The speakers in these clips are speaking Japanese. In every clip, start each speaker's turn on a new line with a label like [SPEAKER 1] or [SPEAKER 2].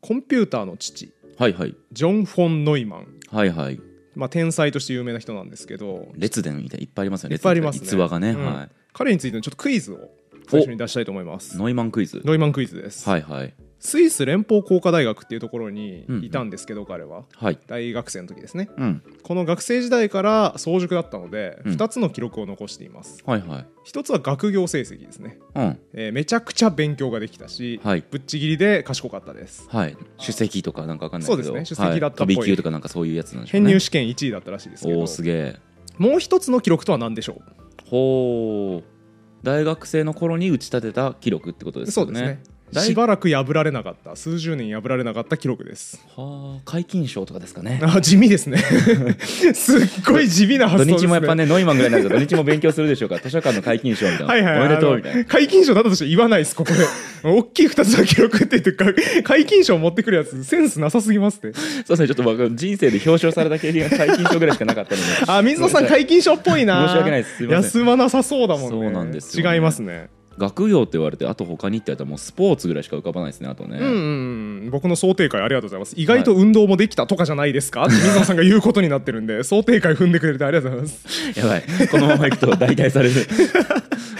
[SPEAKER 1] コンピューターの父
[SPEAKER 2] はいはい
[SPEAKER 1] ジョン・フォン・ノイマン、
[SPEAKER 2] はいはい
[SPEAKER 1] まあ、天才として有名な人なんですけど
[SPEAKER 2] 列伝みたいいっぱいありますよね
[SPEAKER 1] いっぱいありますね
[SPEAKER 2] 逸話がね、
[SPEAKER 1] うん
[SPEAKER 2] は
[SPEAKER 1] 彼についてのちょっとクイズを最初に出したいと思います
[SPEAKER 2] いノイマンクイズ
[SPEAKER 1] ノイマンクイズです、
[SPEAKER 2] はいはい
[SPEAKER 1] スイス連邦工科大学っていうところに
[SPEAKER 2] うん
[SPEAKER 1] いたんですけど、彼は
[SPEAKER 2] はい
[SPEAKER 1] 大学生の時ですね
[SPEAKER 2] うん
[SPEAKER 1] この学生時代から早熟だったので、
[SPEAKER 2] うん
[SPEAKER 1] 2つの記録を残しています
[SPEAKER 2] はいはい
[SPEAKER 1] 1つは学業成績ですね、
[SPEAKER 2] うん
[SPEAKER 1] えーめちゃくちゃ勉強ができたし、
[SPEAKER 2] はい
[SPEAKER 1] ぶっちぎりで賢かったです
[SPEAKER 2] はい首席とかなんかわかんないけど
[SPEAKER 1] そうですね首席だったっぽ
[SPEAKER 2] はいい飛び級とかなんかそういうやつなんでしょう
[SPEAKER 1] 編
[SPEAKER 2] ね
[SPEAKER 1] 入試験1位だったらしいですけ
[SPEAKER 2] お
[SPEAKER 1] ど
[SPEAKER 2] おーすげえ
[SPEAKER 1] もう一つの記録とは何でしょ
[SPEAKER 2] ほう大学生の頃に打ち立てた記録ってこと
[SPEAKER 1] う
[SPEAKER 2] です
[SPEAKER 1] そ
[SPEAKER 2] よ
[SPEAKER 1] う
[SPEAKER 2] ね
[SPEAKER 1] ですね
[SPEAKER 2] 大
[SPEAKER 1] しばらく破られなかった数十年破られなかった記録です
[SPEAKER 2] はあ解禁賞とかですかね
[SPEAKER 1] あ地味ですね すっごい地味な
[SPEAKER 2] 土
[SPEAKER 1] 発想です、ね、
[SPEAKER 2] 日もやっぱねノイマンぐらいになると土日も勉強するでしょうから図書館の解禁賞みたいな
[SPEAKER 1] はいはい、
[SPEAKER 2] おめでと
[SPEAKER 1] あ
[SPEAKER 2] う
[SPEAKER 1] の
[SPEAKER 2] みたいな
[SPEAKER 1] 解禁賞だったとして言わないです、ここ で。大きい2つの記録って言ってか、解禁賞持ってくるやつ、センスなさすぎますって。
[SPEAKER 2] そうですねちょっと僕人生で表彰された経験が解禁賞ぐらいしかなかったので
[SPEAKER 1] あ、水野さん、解禁賞っぽいな。
[SPEAKER 2] 申し訳ないですすいません
[SPEAKER 1] 休まなさそうだもんね。
[SPEAKER 2] そうなんですよね
[SPEAKER 1] 違いますね。
[SPEAKER 2] 学業って言われてあと他にって言ったらもうスポーツぐらいしか浮かばないですねあとね、
[SPEAKER 1] うんうんうん、僕の想定会ありがとうございます。意外と運動もできたとかじゃないですか、って水野さんが言うことになってるんで、想定会踏んでくれてありがとうございます。
[SPEAKER 2] やばいこのままいくと代替 される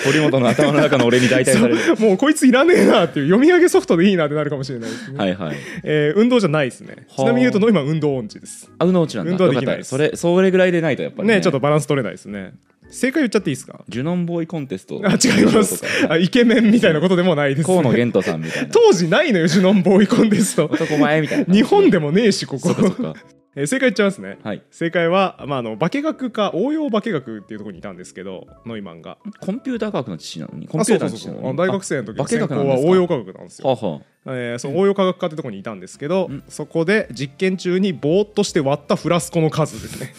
[SPEAKER 2] 堀本の頭の中の俺に代 替される
[SPEAKER 1] もうこいついらねえなっていう、読み上げソフトでいいなってなるかもしれないですね。
[SPEAKER 2] はいはい
[SPEAKER 1] えー運動じゃないですね。
[SPEAKER 2] はあ
[SPEAKER 1] ちなみに言うと、今、運動音痴です。
[SPEAKER 2] あうのうちなんだ
[SPEAKER 1] 運動はできないで
[SPEAKER 2] よかった
[SPEAKER 1] す
[SPEAKER 2] それそれぐらいでないとやっぱりね
[SPEAKER 1] ね、ちょっとバランス取れないですね。正解言っちゃっていいですか
[SPEAKER 2] ジュノンボーイコンテスト
[SPEAKER 1] あ違います
[SPEAKER 2] とか
[SPEAKER 1] あイケメンみたいなことでもないです
[SPEAKER 2] 河野玄斗さんみたいな
[SPEAKER 1] 当時ないのよジュノンボーイコンテスト
[SPEAKER 2] 男前みたいな
[SPEAKER 1] 日本でもねえしここ
[SPEAKER 2] そうかそうか
[SPEAKER 1] えー正解言っちゃいますね、
[SPEAKER 2] はい
[SPEAKER 1] 正解は、まあ、あの化学科応用化学っていうところにいたんですけどノイマンが
[SPEAKER 2] コンピューター科学の父なのにコンピューター
[SPEAKER 1] あそ
[SPEAKER 2] の
[SPEAKER 1] う
[SPEAKER 2] 父
[SPEAKER 1] そう
[SPEAKER 2] な
[SPEAKER 1] そう
[SPEAKER 2] の
[SPEAKER 1] あの
[SPEAKER 2] に
[SPEAKER 1] 大学生の時
[SPEAKER 2] あ
[SPEAKER 1] の
[SPEAKER 2] 化学
[SPEAKER 1] 専
[SPEAKER 2] なんですか
[SPEAKER 1] 攻は応用科学なんですよ
[SPEAKER 2] はあはあ
[SPEAKER 1] えーその応用科学科ってところにいたんですけど、そこで実験中にぼーっとして割ったフラスコの数ですね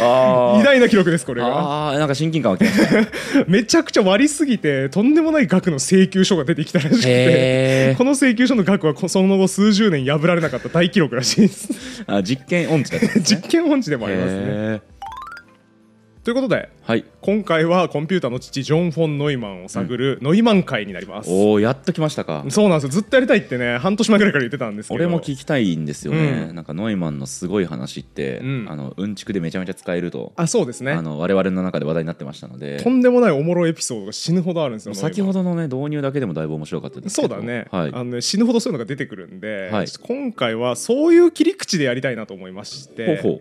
[SPEAKER 2] あ
[SPEAKER 1] 偉大な記録ですこれが
[SPEAKER 2] あーなんか親近感湧きました
[SPEAKER 1] めちゃくちゃ割りすぎてとんでもない額の請求書が出てきたらしくて
[SPEAKER 2] へえ
[SPEAKER 1] この請求書の額はこその後数十年破られなかった大記録らしいです
[SPEAKER 2] あ実験音痴だったんですね
[SPEAKER 1] 実験音痴でもありますね
[SPEAKER 2] へえ
[SPEAKER 1] ということで
[SPEAKER 2] はい
[SPEAKER 1] 今回はコンピューターの父ジョン・フォン・ノイマンを探るノイマン会になります、
[SPEAKER 2] おおやっと来ましたか
[SPEAKER 1] そうなんですよずっとやりたいってね半年前ぐらいから言ってたんですけど
[SPEAKER 2] 俺も聞きたいんですよね、
[SPEAKER 1] う
[SPEAKER 2] なんかノイマンのすごい話って、
[SPEAKER 1] うん
[SPEAKER 2] あのうんちくでめちゃめちゃ使えると、
[SPEAKER 1] あそうですね
[SPEAKER 2] あの我々の中で話題になってましたので
[SPEAKER 1] とんでもないおもろいエピソードが死ぬほどあるんですよノイマン
[SPEAKER 2] 先ほどのね導入だけでもだいぶ面白かったです
[SPEAKER 1] そ
[SPEAKER 2] け
[SPEAKER 1] う
[SPEAKER 2] ど
[SPEAKER 1] だね,、
[SPEAKER 2] はい
[SPEAKER 1] あのね死ぬほどそういうのが出てくるんで、
[SPEAKER 2] はい
[SPEAKER 1] 今回はそういう切り口でやりたいなと思いまして
[SPEAKER 2] ほうほ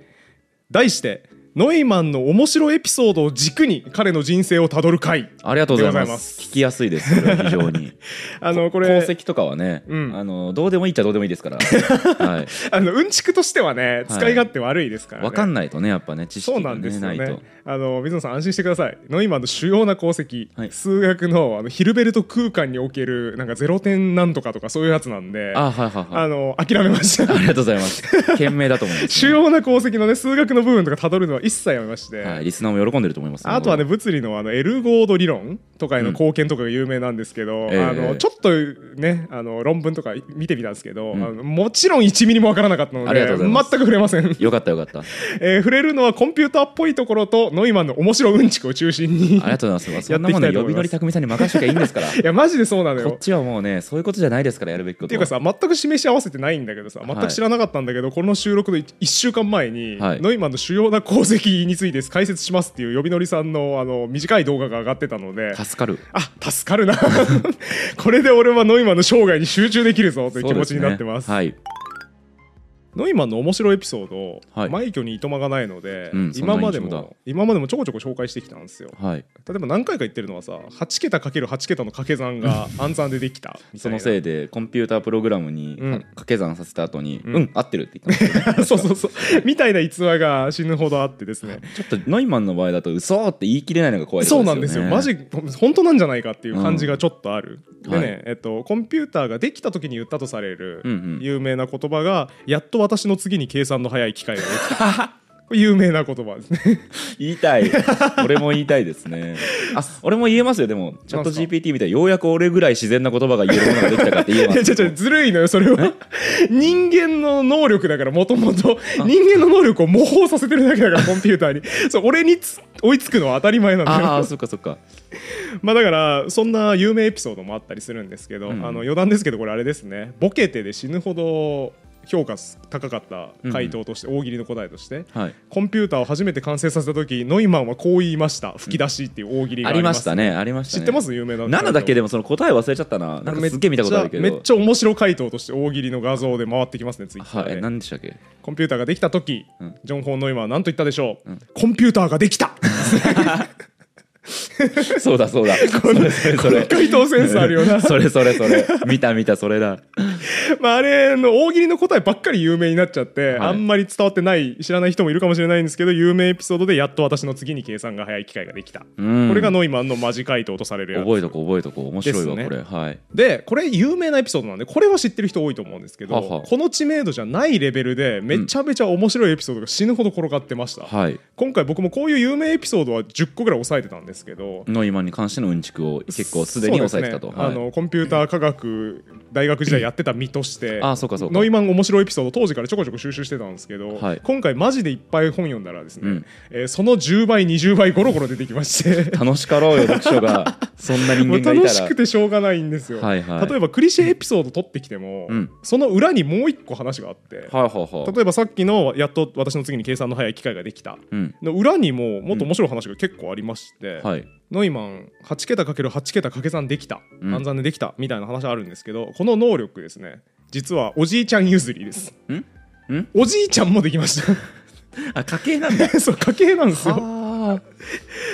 [SPEAKER 1] 題してノイマンの面白いエピソードを軸に彼の人生をたどる会
[SPEAKER 2] うありがとうござ
[SPEAKER 1] あ
[SPEAKER 2] います
[SPEAKER 1] りがとうございます
[SPEAKER 2] 聞きやすいですそれは非常に
[SPEAKER 1] あのこれ
[SPEAKER 2] 功績とかはね、
[SPEAKER 1] うん
[SPEAKER 2] あのどうでもいいっちゃどうでもいいですから はい
[SPEAKER 1] あのうんちくとしてはね、使い勝手悪いですからね。
[SPEAKER 2] わかん
[SPEAKER 1] ない。
[SPEAKER 2] ないとねやっぱね知識
[SPEAKER 1] そうな
[SPEAKER 2] が、
[SPEAKER 1] ん
[SPEAKER 2] ね
[SPEAKER 1] ですよ
[SPEAKER 2] ない
[SPEAKER 1] ね
[SPEAKER 2] と。
[SPEAKER 1] あの水野さん安心してください。ノイマンの主要な功績、
[SPEAKER 2] はい
[SPEAKER 1] 数学のあのヒルベルト空間におけるなんかゼロ点なんとかとかそういうやつなんで、
[SPEAKER 2] あはいはいはい
[SPEAKER 1] あの諦めました
[SPEAKER 2] あ。りがとうございます賢明だと思います、
[SPEAKER 1] 主要な功績のね数学の部分とか辿るのは一切やめまして。
[SPEAKER 2] はい、リスナーも喜んでると思いますよ
[SPEAKER 1] あとはね物理のあのエルゴード理論とかへの貢献とかが有名なんですけど、
[SPEAKER 2] んええ
[SPEAKER 1] あのちょっとねあの論文とか見てみたんですけど、
[SPEAKER 2] ん
[SPEAKER 1] あのもちろん1ミリもわからなかったの
[SPEAKER 2] あり
[SPEAKER 1] で
[SPEAKER 2] がとうござい
[SPEAKER 1] 全
[SPEAKER 2] ま
[SPEAKER 1] く
[SPEAKER 2] す
[SPEAKER 1] 触れません。
[SPEAKER 2] よかったよかった
[SPEAKER 1] えー触れるのはコンピューターっぽいところとノイマンの面白うんちくを中心にい
[SPEAKER 2] あり がとうございます。
[SPEAKER 1] やっ
[SPEAKER 2] そん
[SPEAKER 1] て
[SPEAKER 2] ない
[SPEAKER 1] き
[SPEAKER 2] も
[SPEAKER 1] た
[SPEAKER 2] の
[SPEAKER 1] いと思います
[SPEAKER 2] は呼び乗り匠さんに任せときゃいいんですから。
[SPEAKER 1] やマジでそうなの
[SPEAKER 2] こっ
[SPEAKER 1] よ
[SPEAKER 2] ちはもうね、そういうことじゃないですから、やるべきこと
[SPEAKER 1] ていう
[SPEAKER 2] は
[SPEAKER 1] かさ全く示し合わせてないんだけどさ全く知らなかったんだけど、この収録の1週間前に、
[SPEAKER 2] はい
[SPEAKER 1] ノイマンの主要な功績について解説しますっていう呼び乗りさんのあの短い動画が上がってたので
[SPEAKER 2] 助かる。
[SPEAKER 1] あ助かるな これで俺はノイマンの生涯に集中できるぞという気持ちになってます
[SPEAKER 2] そうでね
[SPEAKER 1] ノイマンの面白いエピソードを、
[SPEAKER 2] はい
[SPEAKER 1] 枚挙にいとまがないので、
[SPEAKER 2] うん
[SPEAKER 1] 今まで
[SPEAKER 2] そんな印象だ
[SPEAKER 1] も今までもちょこちょこ紹介してきたんですよ
[SPEAKER 2] はい。はい。
[SPEAKER 1] 例えば何回か言ってるのはさ8桁かける8桁の掛け算が暗算でできたみた
[SPEAKER 2] そ
[SPEAKER 1] いな
[SPEAKER 2] のせいで、コンピュータープログラムに
[SPEAKER 1] うん
[SPEAKER 2] 掛け算させた後に、
[SPEAKER 1] ん
[SPEAKER 2] うん、合ってるって言ったんですよ ね
[SPEAKER 1] そうそうそうみたいな逸話が死ぬほどあってですね
[SPEAKER 2] ちょっとノイマンの場合だと、嘘って言い切れないのが怖いとこ
[SPEAKER 1] そう
[SPEAKER 2] ろ
[SPEAKER 1] なんですよマジ本当なんじゃないかっていう感じがちょっとある、
[SPEAKER 2] う
[SPEAKER 1] で
[SPEAKER 2] ん
[SPEAKER 1] ね、
[SPEAKER 2] はい
[SPEAKER 1] えっと、コンピューターができた時に言ったとされる
[SPEAKER 2] うんうん
[SPEAKER 1] 有名な言葉が「やっと私の次に計算の早い機械ができた」 これ有名な言葉ですね
[SPEAKER 2] 言 いたい。俺も言いたいですね。あ、俺も言えますよ、でも。チャット GPT みたいに、ようやく俺ぐらい自然な言葉が言えるものができたかって言えま
[SPEAKER 1] いや
[SPEAKER 2] す
[SPEAKER 1] ちょちょずるいのよそれは人間の能力だからもともと人間の能力を模倣させてるだけだからコンピューターにそう俺につ追いつくのは当たり前なんだよ
[SPEAKER 2] ああ、そっかそっか。
[SPEAKER 1] まあだからそんな有名エピソードもあったりするんですけど、
[SPEAKER 2] うん
[SPEAKER 1] あの余談ですけどこれあれですねボケてで死ぬほど評価高かった回答として、大喜利の答えとして
[SPEAKER 2] はい、
[SPEAKER 1] コンピューターを初めて完成させた時ノイマンはこう言いました吹き出しっていう大喜利が
[SPEAKER 2] あ
[SPEAKER 1] あ
[SPEAKER 2] り
[SPEAKER 1] り
[SPEAKER 2] ま
[SPEAKER 1] ま
[SPEAKER 2] し
[SPEAKER 1] す、
[SPEAKER 2] たねありました
[SPEAKER 1] 知
[SPEAKER 2] ね
[SPEAKER 1] ってます有名な
[SPEAKER 2] 7だけ
[SPEAKER 1] で
[SPEAKER 2] でもその答え忘れちゃったななんかすっげえ見たことあるけど
[SPEAKER 1] めっちゃ面白回答として大喜利の画像で回ってきますねツイッタ
[SPEAKER 2] は
[SPEAKER 1] ー
[SPEAKER 2] い
[SPEAKER 1] で
[SPEAKER 2] 何でしたっけ
[SPEAKER 1] コンピューターができた時、
[SPEAKER 2] うん
[SPEAKER 1] ジョン・ホン・ノイマンは何と言ったでしょう、コンピューターができた
[SPEAKER 2] そうだそうだ それそれそれ
[SPEAKER 1] 回答センスあるよな
[SPEAKER 2] それそれそれ見た見たそれだ
[SPEAKER 1] まあ、あれの大喜利の答えばっかり有名になっちゃって、
[SPEAKER 2] はい
[SPEAKER 1] あんまり伝わってない知らない人もいるかもしれないんですけど有名エピソードでやっと私の次に計算が早い機会ができた、
[SPEAKER 2] うん
[SPEAKER 1] これがノイマンのマジ回答とされるやつ
[SPEAKER 2] 覚えとこう覚えとこう面白いわ
[SPEAKER 1] ですね
[SPEAKER 2] これはい
[SPEAKER 1] でこれ有名なエピソードなんでこれは知ってる人多いと思うんですけど
[SPEAKER 2] はは
[SPEAKER 1] この知名度じゃないレベルでめちゃめちゃ面白いエピソードが死ぬほど転がってました、
[SPEAKER 2] はい
[SPEAKER 1] 今回僕もこういう有名エピソードは10個ぐらい抑えてたんですけど
[SPEAKER 2] ノイマンに関してのうんちくを結構すでに抑えてたと、
[SPEAKER 1] そうですね
[SPEAKER 2] はい、
[SPEAKER 1] あのコンピューター科学大学時代やってた身として
[SPEAKER 2] あそうかそうか
[SPEAKER 1] ノイマン面白いエピソード当時からちょこちょこ収集してたんですけど、
[SPEAKER 2] はい
[SPEAKER 1] 今回マジでいっぱい本読んだらですね、
[SPEAKER 2] うん
[SPEAKER 1] えーその10倍20倍ゴロゴロ出てきまして
[SPEAKER 2] 楽しかろうよ読書 がそんな 人
[SPEAKER 1] もう
[SPEAKER 2] 間がい
[SPEAKER 1] 楽
[SPEAKER 2] た
[SPEAKER 1] し
[SPEAKER 2] ら
[SPEAKER 1] くてしょうがないんですよ、
[SPEAKER 2] はいはい
[SPEAKER 1] 例えばクリシェエピソード取ってきても、
[SPEAKER 2] うん
[SPEAKER 1] その裏にもう一個話があって、
[SPEAKER 2] はいはいはい
[SPEAKER 1] 例えばさっきの「やっと私の次に計算の早い機会ができた」
[SPEAKER 2] うん
[SPEAKER 1] の裏にももっと面白い話が結構ありまして、
[SPEAKER 2] はい
[SPEAKER 1] ノイマン8桁 ×8 桁掛け算できた
[SPEAKER 2] うん
[SPEAKER 1] 暗算でできたみたいな話あるんですけどこの能力ですね実はおじいちゃん譲りです
[SPEAKER 2] んん
[SPEAKER 1] おじいちゃんもできまし
[SPEAKER 2] あ家計なん だ
[SPEAKER 1] た そう家系なんですよ
[SPEAKER 2] は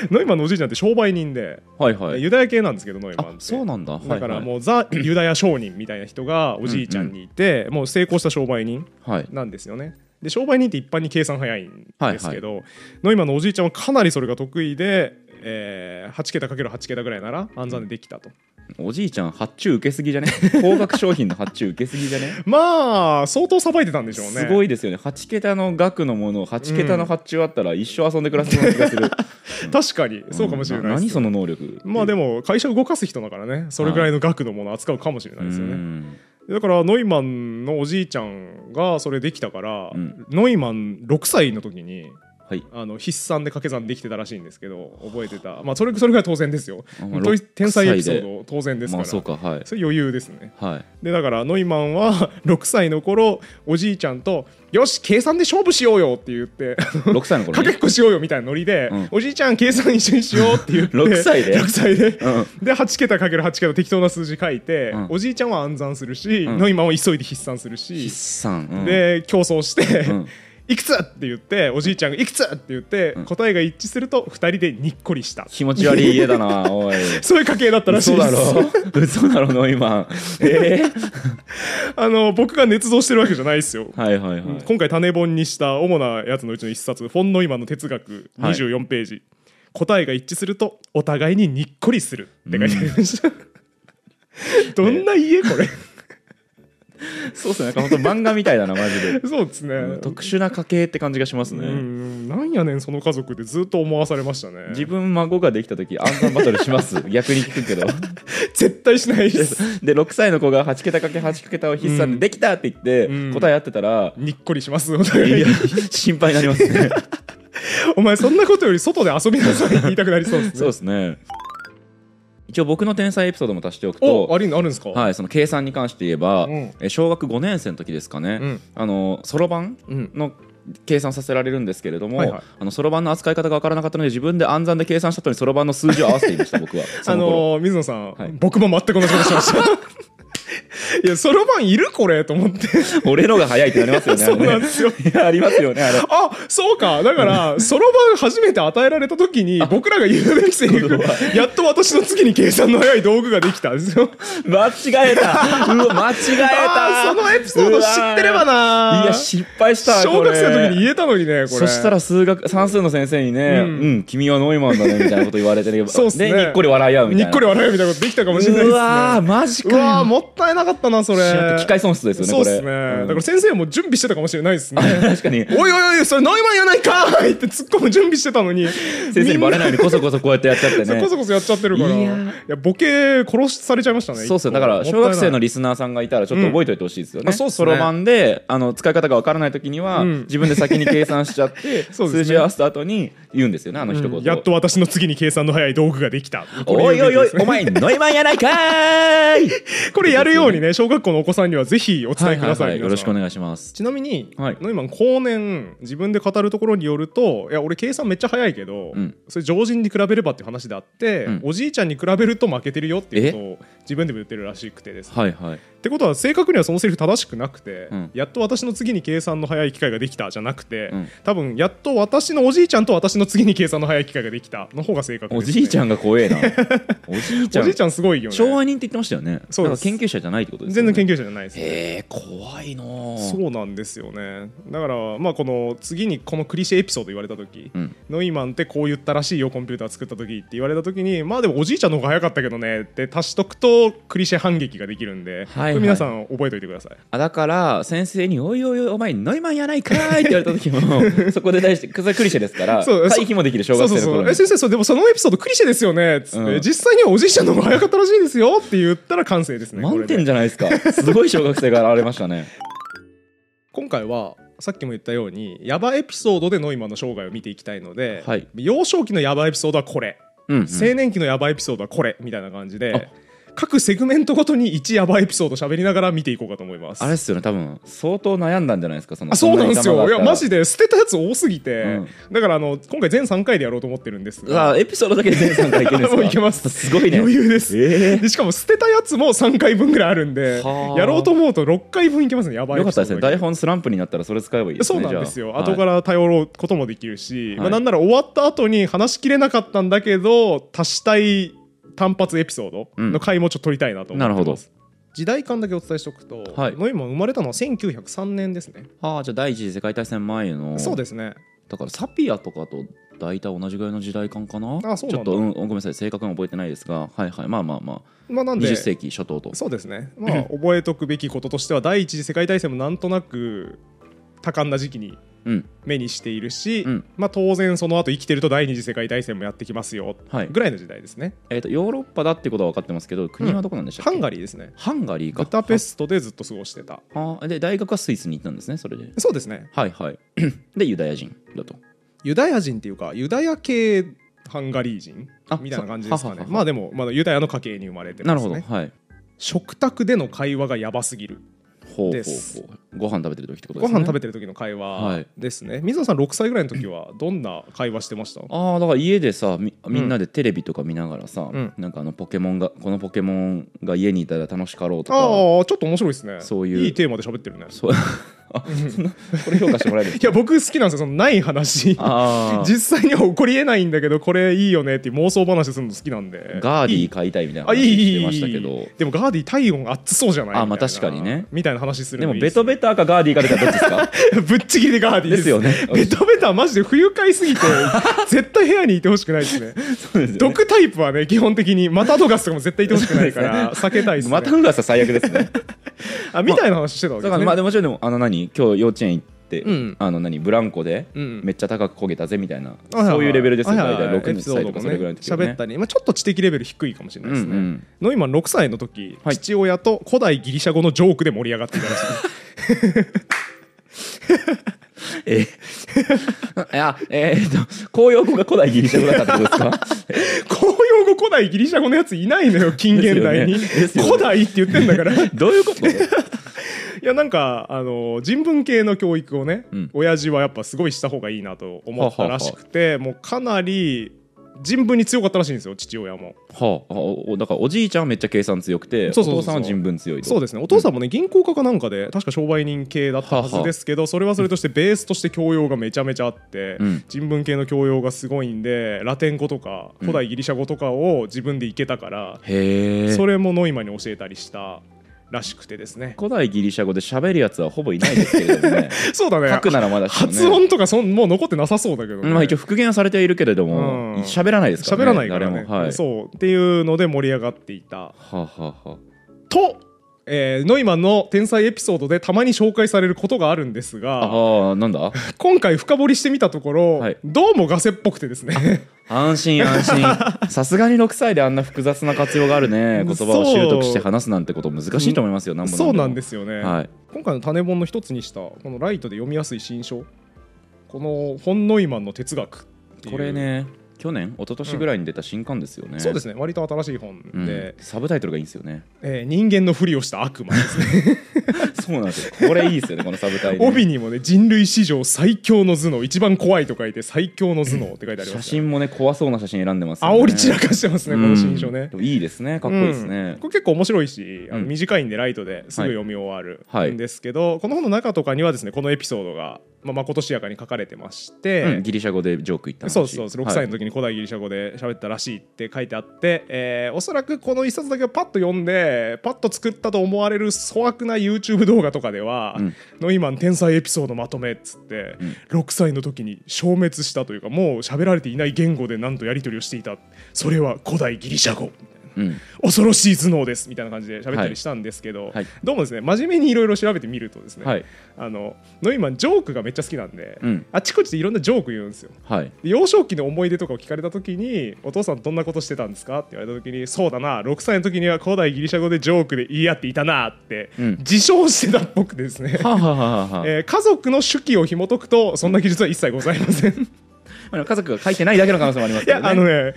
[SPEAKER 1] ノイマンのおじいちゃんって商売人で、
[SPEAKER 2] あはいはい
[SPEAKER 1] ユダヤ系なんですけどノイマン
[SPEAKER 2] あ
[SPEAKER 1] って
[SPEAKER 2] そうなんだ
[SPEAKER 1] だから
[SPEAKER 2] う
[SPEAKER 1] もうザ・ユダヤ商人みたいな人がおじいちゃんにいて、もう成功した商売人
[SPEAKER 2] はい
[SPEAKER 1] なんですよね。で商売人って一般に計算早いんですけど、ノイマンのおじいちゃんはかなりそれが得意で、えー8桁かける8桁ぐらいなら暗算でできたと。
[SPEAKER 2] おじいちゃん発注受けすぎ じゃね高額商品の発注受けすぎじゃね
[SPEAKER 1] まあ相当さばいてたんでしょうね。
[SPEAKER 2] すごいですよね8桁の額のものを8桁の発注あったら一生遊んで暮らせそうな気がする
[SPEAKER 1] 確かに そうかもしれない
[SPEAKER 2] う
[SPEAKER 1] です
[SPEAKER 2] ん何
[SPEAKER 1] よ、
[SPEAKER 2] その能力
[SPEAKER 1] まあで
[SPEAKER 2] も
[SPEAKER 1] も会社を動かす人だからねそれぐらいの額のものを扱うかもしれないですよね。だからノイマンのおじいちゃんがそれできたから、
[SPEAKER 2] うん
[SPEAKER 1] ノイマン6歳の時に
[SPEAKER 2] はい
[SPEAKER 1] あの筆算で掛け算できてたらしいんですけど覚えてた、まあ、それそれぐらい当然ですよ
[SPEAKER 2] あまあ
[SPEAKER 1] とい天才エピソ
[SPEAKER 2] 6
[SPEAKER 1] ード当然ですか
[SPEAKER 2] ま
[SPEAKER 1] ら、
[SPEAKER 2] あそうかはい
[SPEAKER 1] それ余裕ですね
[SPEAKER 2] はい
[SPEAKER 1] でだからノイマンは6歳の頃おじいちゃんと「よし計算で勝負しようよ」って言って
[SPEAKER 2] 6歳の頃
[SPEAKER 1] かけっ
[SPEAKER 2] に
[SPEAKER 1] こしようよみたいなノリで、
[SPEAKER 2] うん
[SPEAKER 1] おじいちゃん計算一緒にしようって言って
[SPEAKER 2] 6歳で
[SPEAKER 1] 6歳で
[SPEAKER 2] うん
[SPEAKER 1] で8桁かける8桁適当な数字書いて、
[SPEAKER 2] うん
[SPEAKER 1] おじいちゃんは暗算するし、
[SPEAKER 2] うん
[SPEAKER 1] ノイマンは急いで筆算するし
[SPEAKER 2] 筆算うん
[SPEAKER 1] で競争して、
[SPEAKER 2] うん
[SPEAKER 1] いくつって言っておじいちゃんがいくつって言って、
[SPEAKER 2] ん
[SPEAKER 1] 答えが一致すると2人でにっこりした
[SPEAKER 2] 気持ち悪い家 だなおい
[SPEAKER 1] そういう家系だったらし
[SPEAKER 2] 嘘
[SPEAKER 1] いで
[SPEAKER 2] だ
[SPEAKER 1] す
[SPEAKER 2] ろ嘘だろノイマンええ
[SPEAKER 1] あの僕が捏造してるわけじゃないですよ、
[SPEAKER 2] はいはいはい
[SPEAKER 1] 今回種本にした主なやつのうちの一冊「フォン・ノイマンの哲学」
[SPEAKER 2] はい
[SPEAKER 1] 24ページ、答えが一致するとお互いににっこりするって書いてありました、 どんな家こ れ、
[SPEAKER 2] そうですねなんか本当漫画みたいだなマジで
[SPEAKER 1] そうですね、
[SPEAKER 2] 特殊な家系って感じがします
[SPEAKER 1] う
[SPEAKER 2] ね
[SPEAKER 1] んなんやねんその家族ってずっと思わされましたね
[SPEAKER 2] 自分孫ができた時暗算バトルします 逆に聞くけど
[SPEAKER 1] 絶対しないです
[SPEAKER 2] で6歳の子が8桁かけ8桁を筆算でできたって言って、
[SPEAKER 1] うん
[SPEAKER 2] 答え合ってたら、
[SPEAKER 1] にっこりします お互いに
[SPEAKER 2] いや心配になりますね
[SPEAKER 1] お前そんなことより外で遊びなさいって言いたくなりそうです
[SPEAKER 2] そう
[SPEAKER 1] ね
[SPEAKER 2] ですね一応僕の天才エピソードも足しておく
[SPEAKER 1] お
[SPEAKER 2] と
[SPEAKER 1] ありあるんですか、
[SPEAKER 2] はい、その計算に関して言えば、
[SPEAKER 1] うん
[SPEAKER 2] え小学5年生の時ですかね、
[SPEAKER 1] うん
[SPEAKER 2] あのそろばん
[SPEAKER 1] うん
[SPEAKER 2] の計算させられるんですけれども、
[SPEAKER 1] はいはい
[SPEAKER 2] あのそろばんの扱い方が分からなかったので自分で暗算で計算した後にそろばんの数字を合わせていました僕はそ
[SPEAKER 1] あ
[SPEAKER 2] の頃
[SPEAKER 1] のー水野さん、
[SPEAKER 2] はい
[SPEAKER 1] 僕も全く同じことしました いやそろばんいるこれと思って
[SPEAKER 2] 俺のが早いってなりますよね
[SPEAKER 1] そうな
[SPEAKER 2] あ
[SPEAKER 1] ん
[SPEAKER 2] れ
[SPEAKER 1] で
[SPEAKER 2] ね
[SPEAKER 1] すよ。
[SPEAKER 2] いやありますよねあれ
[SPEAKER 1] あそうかだからそろばん初めて与えられた時に僕らが言うべきセ リフやっと私の次に計算の早い道具ができ たんですよ
[SPEAKER 2] 間違えたうわ間違え
[SPEAKER 1] あ
[SPEAKER 2] た
[SPEAKER 1] ーそのエピソード知ってれば
[SPEAKER 2] うわ
[SPEAKER 1] ない
[SPEAKER 2] や失敗した
[SPEAKER 1] 小学生の時に
[SPEAKER 2] に
[SPEAKER 1] 言えたのにねこれ
[SPEAKER 2] そしたら数学算数の先生にね
[SPEAKER 1] う
[SPEAKER 2] 「うんん、君はノイマンだね」みたいなこと言われてね
[SPEAKER 1] そうっすね
[SPEAKER 2] でにっこり笑い合うみた
[SPEAKER 1] に
[SPEAKER 2] いな
[SPEAKER 1] っこり笑うみたいなことできたかもしれないですね
[SPEAKER 2] うわーマジ
[SPEAKER 1] う
[SPEAKER 2] か
[SPEAKER 1] わー
[SPEAKER 2] よ
[SPEAKER 1] もったいなかっったなそれ
[SPEAKER 2] 機械損失ですよね
[SPEAKER 1] そう
[SPEAKER 2] こ
[SPEAKER 1] っ
[SPEAKER 2] れ
[SPEAKER 1] すね、
[SPEAKER 2] うん
[SPEAKER 1] だから先生も準備してたかもしれない ですね
[SPEAKER 2] 確かに
[SPEAKER 1] おいおいおいそれノイマンやないかいって突っ込む準備してたのに
[SPEAKER 2] 先生にバレないよう
[SPEAKER 1] みん
[SPEAKER 2] にこそこそこうやってやっちゃって
[SPEAKER 1] そう
[SPEAKER 2] ね
[SPEAKER 1] こそこそやっちゃってるから
[SPEAKER 2] い
[SPEAKER 1] い
[SPEAKER 2] や
[SPEAKER 1] や
[SPEAKER 2] ー
[SPEAKER 1] ボケ殺されちゃいましたね
[SPEAKER 2] そうっすよだから小学生のリスナーさんがいたらちょっと覚えておいてほしいですよ
[SPEAKER 1] うん
[SPEAKER 2] ね
[SPEAKER 1] あそうっすね
[SPEAKER 2] そろばんであの使い方がわからない時には
[SPEAKER 1] うん
[SPEAKER 2] 自分で先に計算しちゃって
[SPEAKER 1] そうですね
[SPEAKER 2] 数字合わせた後に言うんですよねあの一言を
[SPEAKER 1] やっと私の次に計算の早い道具ができたこれ
[SPEAKER 2] おいおいおい
[SPEAKER 1] 有名人ですね
[SPEAKER 2] お前ノイマンやないかーい
[SPEAKER 1] これやるようにね小学校のお子さんにはぜひお伝えください,、
[SPEAKER 2] よろしくお
[SPEAKER 1] ね
[SPEAKER 2] 願いします
[SPEAKER 1] ちなみに、
[SPEAKER 2] はい
[SPEAKER 1] ノイマン後年自分で語るところによるといや俺計算めっちゃ早いけど、
[SPEAKER 2] うん
[SPEAKER 1] それ常人に比べればっていう話であって、
[SPEAKER 2] うん
[SPEAKER 1] おじいちゃんに比べると負けてるよっていうことを自分でも言ってるらしくてですね
[SPEAKER 2] はいはい
[SPEAKER 1] ってことは正確にはそのセリフ正しくなくて、
[SPEAKER 2] うん
[SPEAKER 1] やっと私の次に計算の早い機会ができたじゃなくて、
[SPEAKER 2] うん
[SPEAKER 1] 多分やっと私のおじいちゃんと私の次に計算の早い機会ができたの方が正確
[SPEAKER 2] お
[SPEAKER 1] です、ね、
[SPEAKER 2] じいちゃんが怖 えなおじいちゃ
[SPEAKER 1] おじ
[SPEAKER 2] ん
[SPEAKER 1] いちゃんすごいよね
[SPEAKER 2] 昭和人って言ってましたよね
[SPEAKER 1] そうで
[SPEAKER 2] だから
[SPEAKER 1] す
[SPEAKER 2] 研究者じゃないってことですよ
[SPEAKER 1] 全
[SPEAKER 2] ね
[SPEAKER 1] 然研究者じゃないです、ね、
[SPEAKER 2] へえ怖いなあ
[SPEAKER 1] そうなんですよねだからまあこの次にこのクリシェエピソード言われた時、
[SPEAKER 2] うん
[SPEAKER 1] ノイマンってこう言ったらしいよコンピューター作った時って言われた時にまあでもおじいちゃんの方が早かったけどねって足しとくとクリシェ反撃ができるんで、
[SPEAKER 2] はいはい
[SPEAKER 1] これ皆さん覚えておいてください
[SPEAKER 2] あだから先生に「おいおいおいお前ノイマンやないかい」って言われた 時もそこで大してそれクリシェですから
[SPEAKER 1] そう
[SPEAKER 2] 回避もできる小学生の
[SPEAKER 1] そうそうそ
[SPEAKER 2] 頃
[SPEAKER 1] うえ
[SPEAKER 2] に
[SPEAKER 1] 先生それでもそのエピソードクリシェですよねっつって、
[SPEAKER 2] うん
[SPEAKER 1] 実際にはおじいちゃんの方が早かったらしいですよって言ったら完成ですねこ
[SPEAKER 2] 満
[SPEAKER 1] れで
[SPEAKER 2] 点じゃないですかすごい小学生が現れましたね
[SPEAKER 1] 今回はさっきも言ったようにヤバエピソードでノイマンの生涯を見ていきたいので、
[SPEAKER 2] はい
[SPEAKER 1] 幼少期のヤバエピソードはこれ、
[SPEAKER 2] うん、うん
[SPEAKER 1] 青年期のヤバエピソードはこれみたいな感じで
[SPEAKER 2] あ
[SPEAKER 1] 各セグメントごとに1ヤバエピソード喋りながら見ていこうかと思います
[SPEAKER 2] あれっすよね多分相当悩んだんじゃないですかその
[SPEAKER 1] あそうなんですよいやマジ
[SPEAKER 2] で
[SPEAKER 1] で捨てたやつ多すぎて、
[SPEAKER 2] うん
[SPEAKER 1] だからあの今回全3回でやろうと思ってるんですが
[SPEAKER 2] あエピソードだけで全3回いけるんです
[SPEAKER 1] も
[SPEAKER 2] か
[SPEAKER 1] ういけます
[SPEAKER 2] すごいね
[SPEAKER 1] 余裕です、
[SPEAKER 2] え
[SPEAKER 1] でしかも捨てたやつも3回分ぐらいあるんで
[SPEAKER 2] はあ
[SPEAKER 1] やろうと思うと6回分いけますねやばい
[SPEAKER 2] よかったですね
[SPEAKER 1] エピソードだけ
[SPEAKER 2] 台本スランプになったらそれ使えばいいです
[SPEAKER 1] そ
[SPEAKER 2] ね
[SPEAKER 1] うなんですよ、
[SPEAKER 2] じゃあ
[SPEAKER 1] 後から頼ろうこともできるし、ま
[SPEAKER 2] は
[SPEAKER 1] あ、
[SPEAKER 2] い
[SPEAKER 1] なんなら終わった後に話しきれなかったんだけど足したい単発エピソードの回もちょっと取りたいなと思ってます、
[SPEAKER 2] なるほど
[SPEAKER 1] 時代感だけお伝えしておくと、
[SPEAKER 2] はい
[SPEAKER 1] ノイマン生まれたのは1903年ですね、
[SPEAKER 2] はあじゃあ第一次世界大戦前の
[SPEAKER 1] そうですね
[SPEAKER 2] だからサピアとかと大体同じぐらいの時代感かな
[SPEAKER 1] あそう
[SPEAKER 2] ち
[SPEAKER 1] なん
[SPEAKER 2] ょっ
[SPEAKER 1] だ
[SPEAKER 2] と、うん、ごめんなさい正確には覚えてないですがはいはいまあまあま
[SPEAKER 1] まあな
[SPEAKER 2] あ
[SPEAKER 1] んで
[SPEAKER 2] 20世紀初頭と
[SPEAKER 1] そうです ねまあ覚えとくべきこととしては第一次世界大戦もなんとなく多感な時期に
[SPEAKER 2] うん
[SPEAKER 1] 目にしているし、
[SPEAKER 2] うん
[SPEAKER 1] まあ、当然その後生きてると第二次世界大戦もやってきますよ
[SPEAKER 2] はい
[SPEAKER 1] ぐらいの時代ですね、
[SPEAKER 2] えー、とヨーロッパだってことは分かってますけど国はどこなんでしたっけ、
[SPEAKER 1] ハンガ
[SPEAKER 2] リ
[SPEAKER 1] リーですね
[SPEAKER 2] ーハンガリーか
[SPEAKER 1] ブダペストでずっと過ごしてた
[SPEAKER 2] ああで大学はスイスに行ったんですねそれで
[SPEAKER 1] そうですね
[SPEAKER 2] はいはいでユダヤ人だと
[SPEAKER 1] ユダヤ人っていうかユダヤ系ハンガリー人
[SPEAKER 2] あ
[SPEAKER 1] みたいな感じですか
[SPEAKER 2] そうはは
[SPEAKER 1] ね
[SPEAKER 2] はは
[SPEAKER 1] まあでもまだユダヤの家系に生まれてま
[SPEAKER 2] なる
[SPEAKER 1] す
[SPEAKER 2] ほど
[SPEAKER 1] ね
[SPEAKER 2] はい
[SPEAKER 1] 食卓での会話がやばすぎる
[SPEAKER 2] ほうほ
[SPEAKER 1] で
[SPEAKER 2] う
[SPEAKER 1] す
[SPEAKER 2] ほうご飯食べてる時ってこと
[SPEAKER 1] ご
[SPEAKER 2] ですね
[SPEAKER 1] 飯食べ
[SPEAKER 2] て
[SPEAKER 1] てる時の会
[SPEAKER 2] は
[SPEAKER 1] 話
[SPEAKER 2] い
[SPEAKER 1] ですね、水野さん6歳ぐらいの時はどんな会話してました
[SPEAKER 2] ああだから家でさみみんなでテレビとか見ながらさ、
[SPEAKER 1] うん
[SPEAKER 2] なんかあのポケモンがこのポケモンが家にいたら楽しかろうとか
[SPEAKER 1] ああちょっと面白いですね
[SPEAKER 2] そういう
[SPEAKER 1] いいテーマで喋ってるね
[SPEAKER 2] そう あそんなこれ評価してもらえるんです
[SPEAKER 1] いや僕好きなんですよそのない話
[SPEAKER 2] ああ
[SPEAKER 1] 実際には起こりえないんだけどこれいいよねっていう妄想話するの好きなんで
[SPEAKER 2] ガーディ
[SPEAKER 1] い
[SPEAKER 2] ー
[SPEAKER 1] い
[SPEAKER 2] 買いたいみたいな
[SPEAKER 1] あい
[SPEAKER 2] 話
[SPEAKER 1] いいい
[SPEAKER 2] して
[SPEAKER 1] い
[SPEAKER 2] ま
[SPEAKER 1] い
[SPEAKER 2] したけど
[SPEAKER 1] でもガーディ体温熱そうじゃないみたいな
[SPEAKER 2] あまあ確かにね
[SPEAKER 1] みたいな話する
[SPEAKER 2] で
[SPEAKER 1] の
[SPEAKER 2] も
[SPEAKER 1] いい
[SPEAKER 2] ベトベタかガーディーか出たらどっちですか
[SPEAKER 1] ぶっちぎりでガーディ
[SPEAKER 2] ですよね
[SPEAKER 1] ベトベタはマジで不愉快す ぎて絶対部屋にいてほしくないですね
[SPEAKER 2] そうですよね
[SPEAKER 1] 毒タイプはね基本的にマタドガスとかも絶対いてほしくない から避けたいですね
[SPEAKER 2] またんがさ最悪 ですね
[SPEAKER 1] あみたいな話してたわけ
[SPEAKER 2] だか
[SPEAKER 1] ですね
[SPEAKER 2] らまあでもちろんでもあの何今日幼稚園行って、
[SPEAKER 1] うん
[SPEAKER 2] あの何ブランコで
[SPEAKER 1] うん
[SPEAKER 2] めっちゃ高く焦げたぜみたいな、
[SPEAKER 1] はいはい
[SPEAKER 2] そういうレベルですよ、
[SPEAKER 1] はいはい
[SPEAKER 2] 大体
[SPEAKER 1] エ
[SPEAKER 2] 6
[SPEAKER 1] ピ
[SPEAKER 2] 日
[SPEAKER 1] ソー
[SPEAKER 2] 歳
[SPEAKER 1] ド
[SPEAKER 2] とか
[SPEAKER 1] も
[SPEAKER 2] そ
[SPEAKER 1] ね
[SPEAKER 2] れぐらいの時は
[SPEAKER 1] 喋ったり、まあ、ちょっと知的レベル低いかもしれないですね、
[SPEAKER 2] うんうん
[SPEAKER 1] ノイマン6歳の時、
[SPEAKER 2] はい
[SPEAKER 1] 父親と古代ギリシャ語のジョークで盛り上がっていたらしい
[SPEAKER 2] え いやえー、っと公用語が古代ギリシャ語だったってことで すか
[SPEAKER 1] 公用語古代ギリシャ語のやついないの よ近現代に、
[SPEAKER 2] ですよねですよね
[SPEAKER 1] 古代って言ってんだから い
[SPEAKER 2] どういう こと
[SPEAKER 1] やなんかあの人文系の教育をね、
[SPEAKER 2] うん
[SPEAKER 1] 親父はやっぱすごいした方がいいなと思ったらしくてもうかなり人文に強かったらしいんですよ父親も
[SPEAKER 2] はあ、あおだからおじいちゃんはめっちゃ計算強くて
[SPEAKER 1] そうそうそうそう
[SPEAKER 2] お父さんは人文強いと
[SPEAKER 1] そうですねお父さんもね、銀行家かなんかで確か商売人系だったはずですけどそれはそれとしてベースとして教養がめちゃめちゃあって、
[SPEAKER 2] うん
[SPEAKER 1] 人文系の教養がすごいんでラテン語とか古代ギリシャ語とかを自分でいけたから、
[SPEAKER 2] へえ
[SPEAKER 1] それもノイマンに教えたりしたらしくてですね
[SPEAKER 2] 古代ギリシャ語で喋るやつはほぼいないですけれど もね
[SPEAKER 1] そうだね
[SPEAKER 2] 書くならまだしもね
[SPEAKER 1] 発音とかそんもう残ってなさそうだけどね、
[SPEAKER 2] まあ一応復元はされているけれども
[SPEAKER 1] うん
[SPEAKER 2] 喋、らないですからね
[SPEAKER 1] 喋らないからね
[SPEAKER 2] 誰もはい
[SPEAKER 1] そうっていうので盛り上がっていた
[SPEAKER 2] はあはあはあ
[SPEAKER 1] と、ええーノイマンの天才エピソードでたまに紹介されることがあるんですが
[SPEAKER 2] ああなんだ
[SPEAKER 1] 今回深掘りしてみたところ、
[SPEAKER 2] はい
[SPEAKER 1] どうもガセっぽくてですね
[SPEAKER 2] 安心 安心さすがに6歳であんな複雑な活用があるね言葉を習得して話すなんてこと難しいと思いますよなんぼ
[SPEAKER 1] そうなんですすよね、
[SPEAKER 2] はい
[SPEAKER 1] 今回の種本の一つにしたこのライトで読みやすい新書この「本ノイマンの哲学」っていう
[SPEAKER 2] これね去年一昨年ぐらいに出た新刊ですよね、
[SPEAKER 1] そうですすね割と新しい本で、
[SPEAKER 2] サブタイトルがいいんですよね
[SPEAKER 1] えー人間のふりをした悪 魔ですね
[SPEAKER 2] そうなんですよこれいいですよねこのサブタイトル
[SPEAKER 1] 帯にもね人類史上最強の頭脳一番怖いと書いて最強の頭脳って書いてありま
[SPEAKER 2] 写
[SPEAKER 1] すね、
[SPEAKER 2] 真もね怖そうな写真選んでますよね
[SPEAKER 1] 煽り散らかしてますねこの新書ね
[SPEAKER 2] うんで、もいいですねかっこいいですね
[SPEAKER 1] うん、これ結構面白いしあの
[SPEAKER 2] うん
[SPEAKER 1] 短いんでライトですぐ読み終わる
[SPEAKER 2] はい
[SPEAKER 1] んですけど、この本の中とかにはですねこのエピソードが、まあ、まことしやかに書かれてまし
[SPEAKER 2] う
[SPEAKER 1] て
[SPEAKER 2] ん、ギリシャ語でジョーク言った話
[SPEAKER 1] そうそうそう6歳
[SPEAKER 2] はい
[SPEAKER 1] の時に古代ギリシャ語で喋ったらしいって書いてあって、えーおそらくこの一冊だけをパッと読んでパッと作ったと思われる粗悪な YouTube 動画とかでは、
[SPEAKER 2] うん
[SPEAKER 1] ノイマン天才エピソードまとめっつって、6歳の時に消滅したというかもう喋られていない言語でなんとやり取りをしていたそれは古代ギリシャ語。
[SPEAKER 2] うん
[SPEAKER 1] 恐ろしい頭脳ですみたいな感じで喋ったりしたんですけど、
[SPEAKER 2] いはい
[SPEAKER 1] どうもですね真面目にいろいろ調べてみるとですね、
[SPEAKER 2] はい
[SPEAKER 1] あのノイマンジョークがめっちゃ好きなんで、
[SPEAKER 2] うん
[SPEAKER 1] あちこちでいろんなジョーク言うんですよ。
[SPEAKER 2] はい
[SPEAKER 1] で幼少期の思い出とかを聞かれた時に「お父さんどんなことしてたんですか?」って言われた時に「そうだな6歳の時には古代ギリシャ語でジョークで言い合っていたな」って
[SPEAKER 2] うん
[SPEAKER 1] 自称してたっぽくてですね、
[SPEAKER 2] はあはあはあはあ
[SPEAKER 1] えー家族の手記を紐解くとそんな記述は一切ございません。
[SPEAKER 2] まあ家族が書いてないだけの可能性もあります
[SPEAKER 1] い
[SPEAKER 2] けど
[SPEAKER 1] や
[SPEAKER 2] ね
[SPEAKER 1] あのね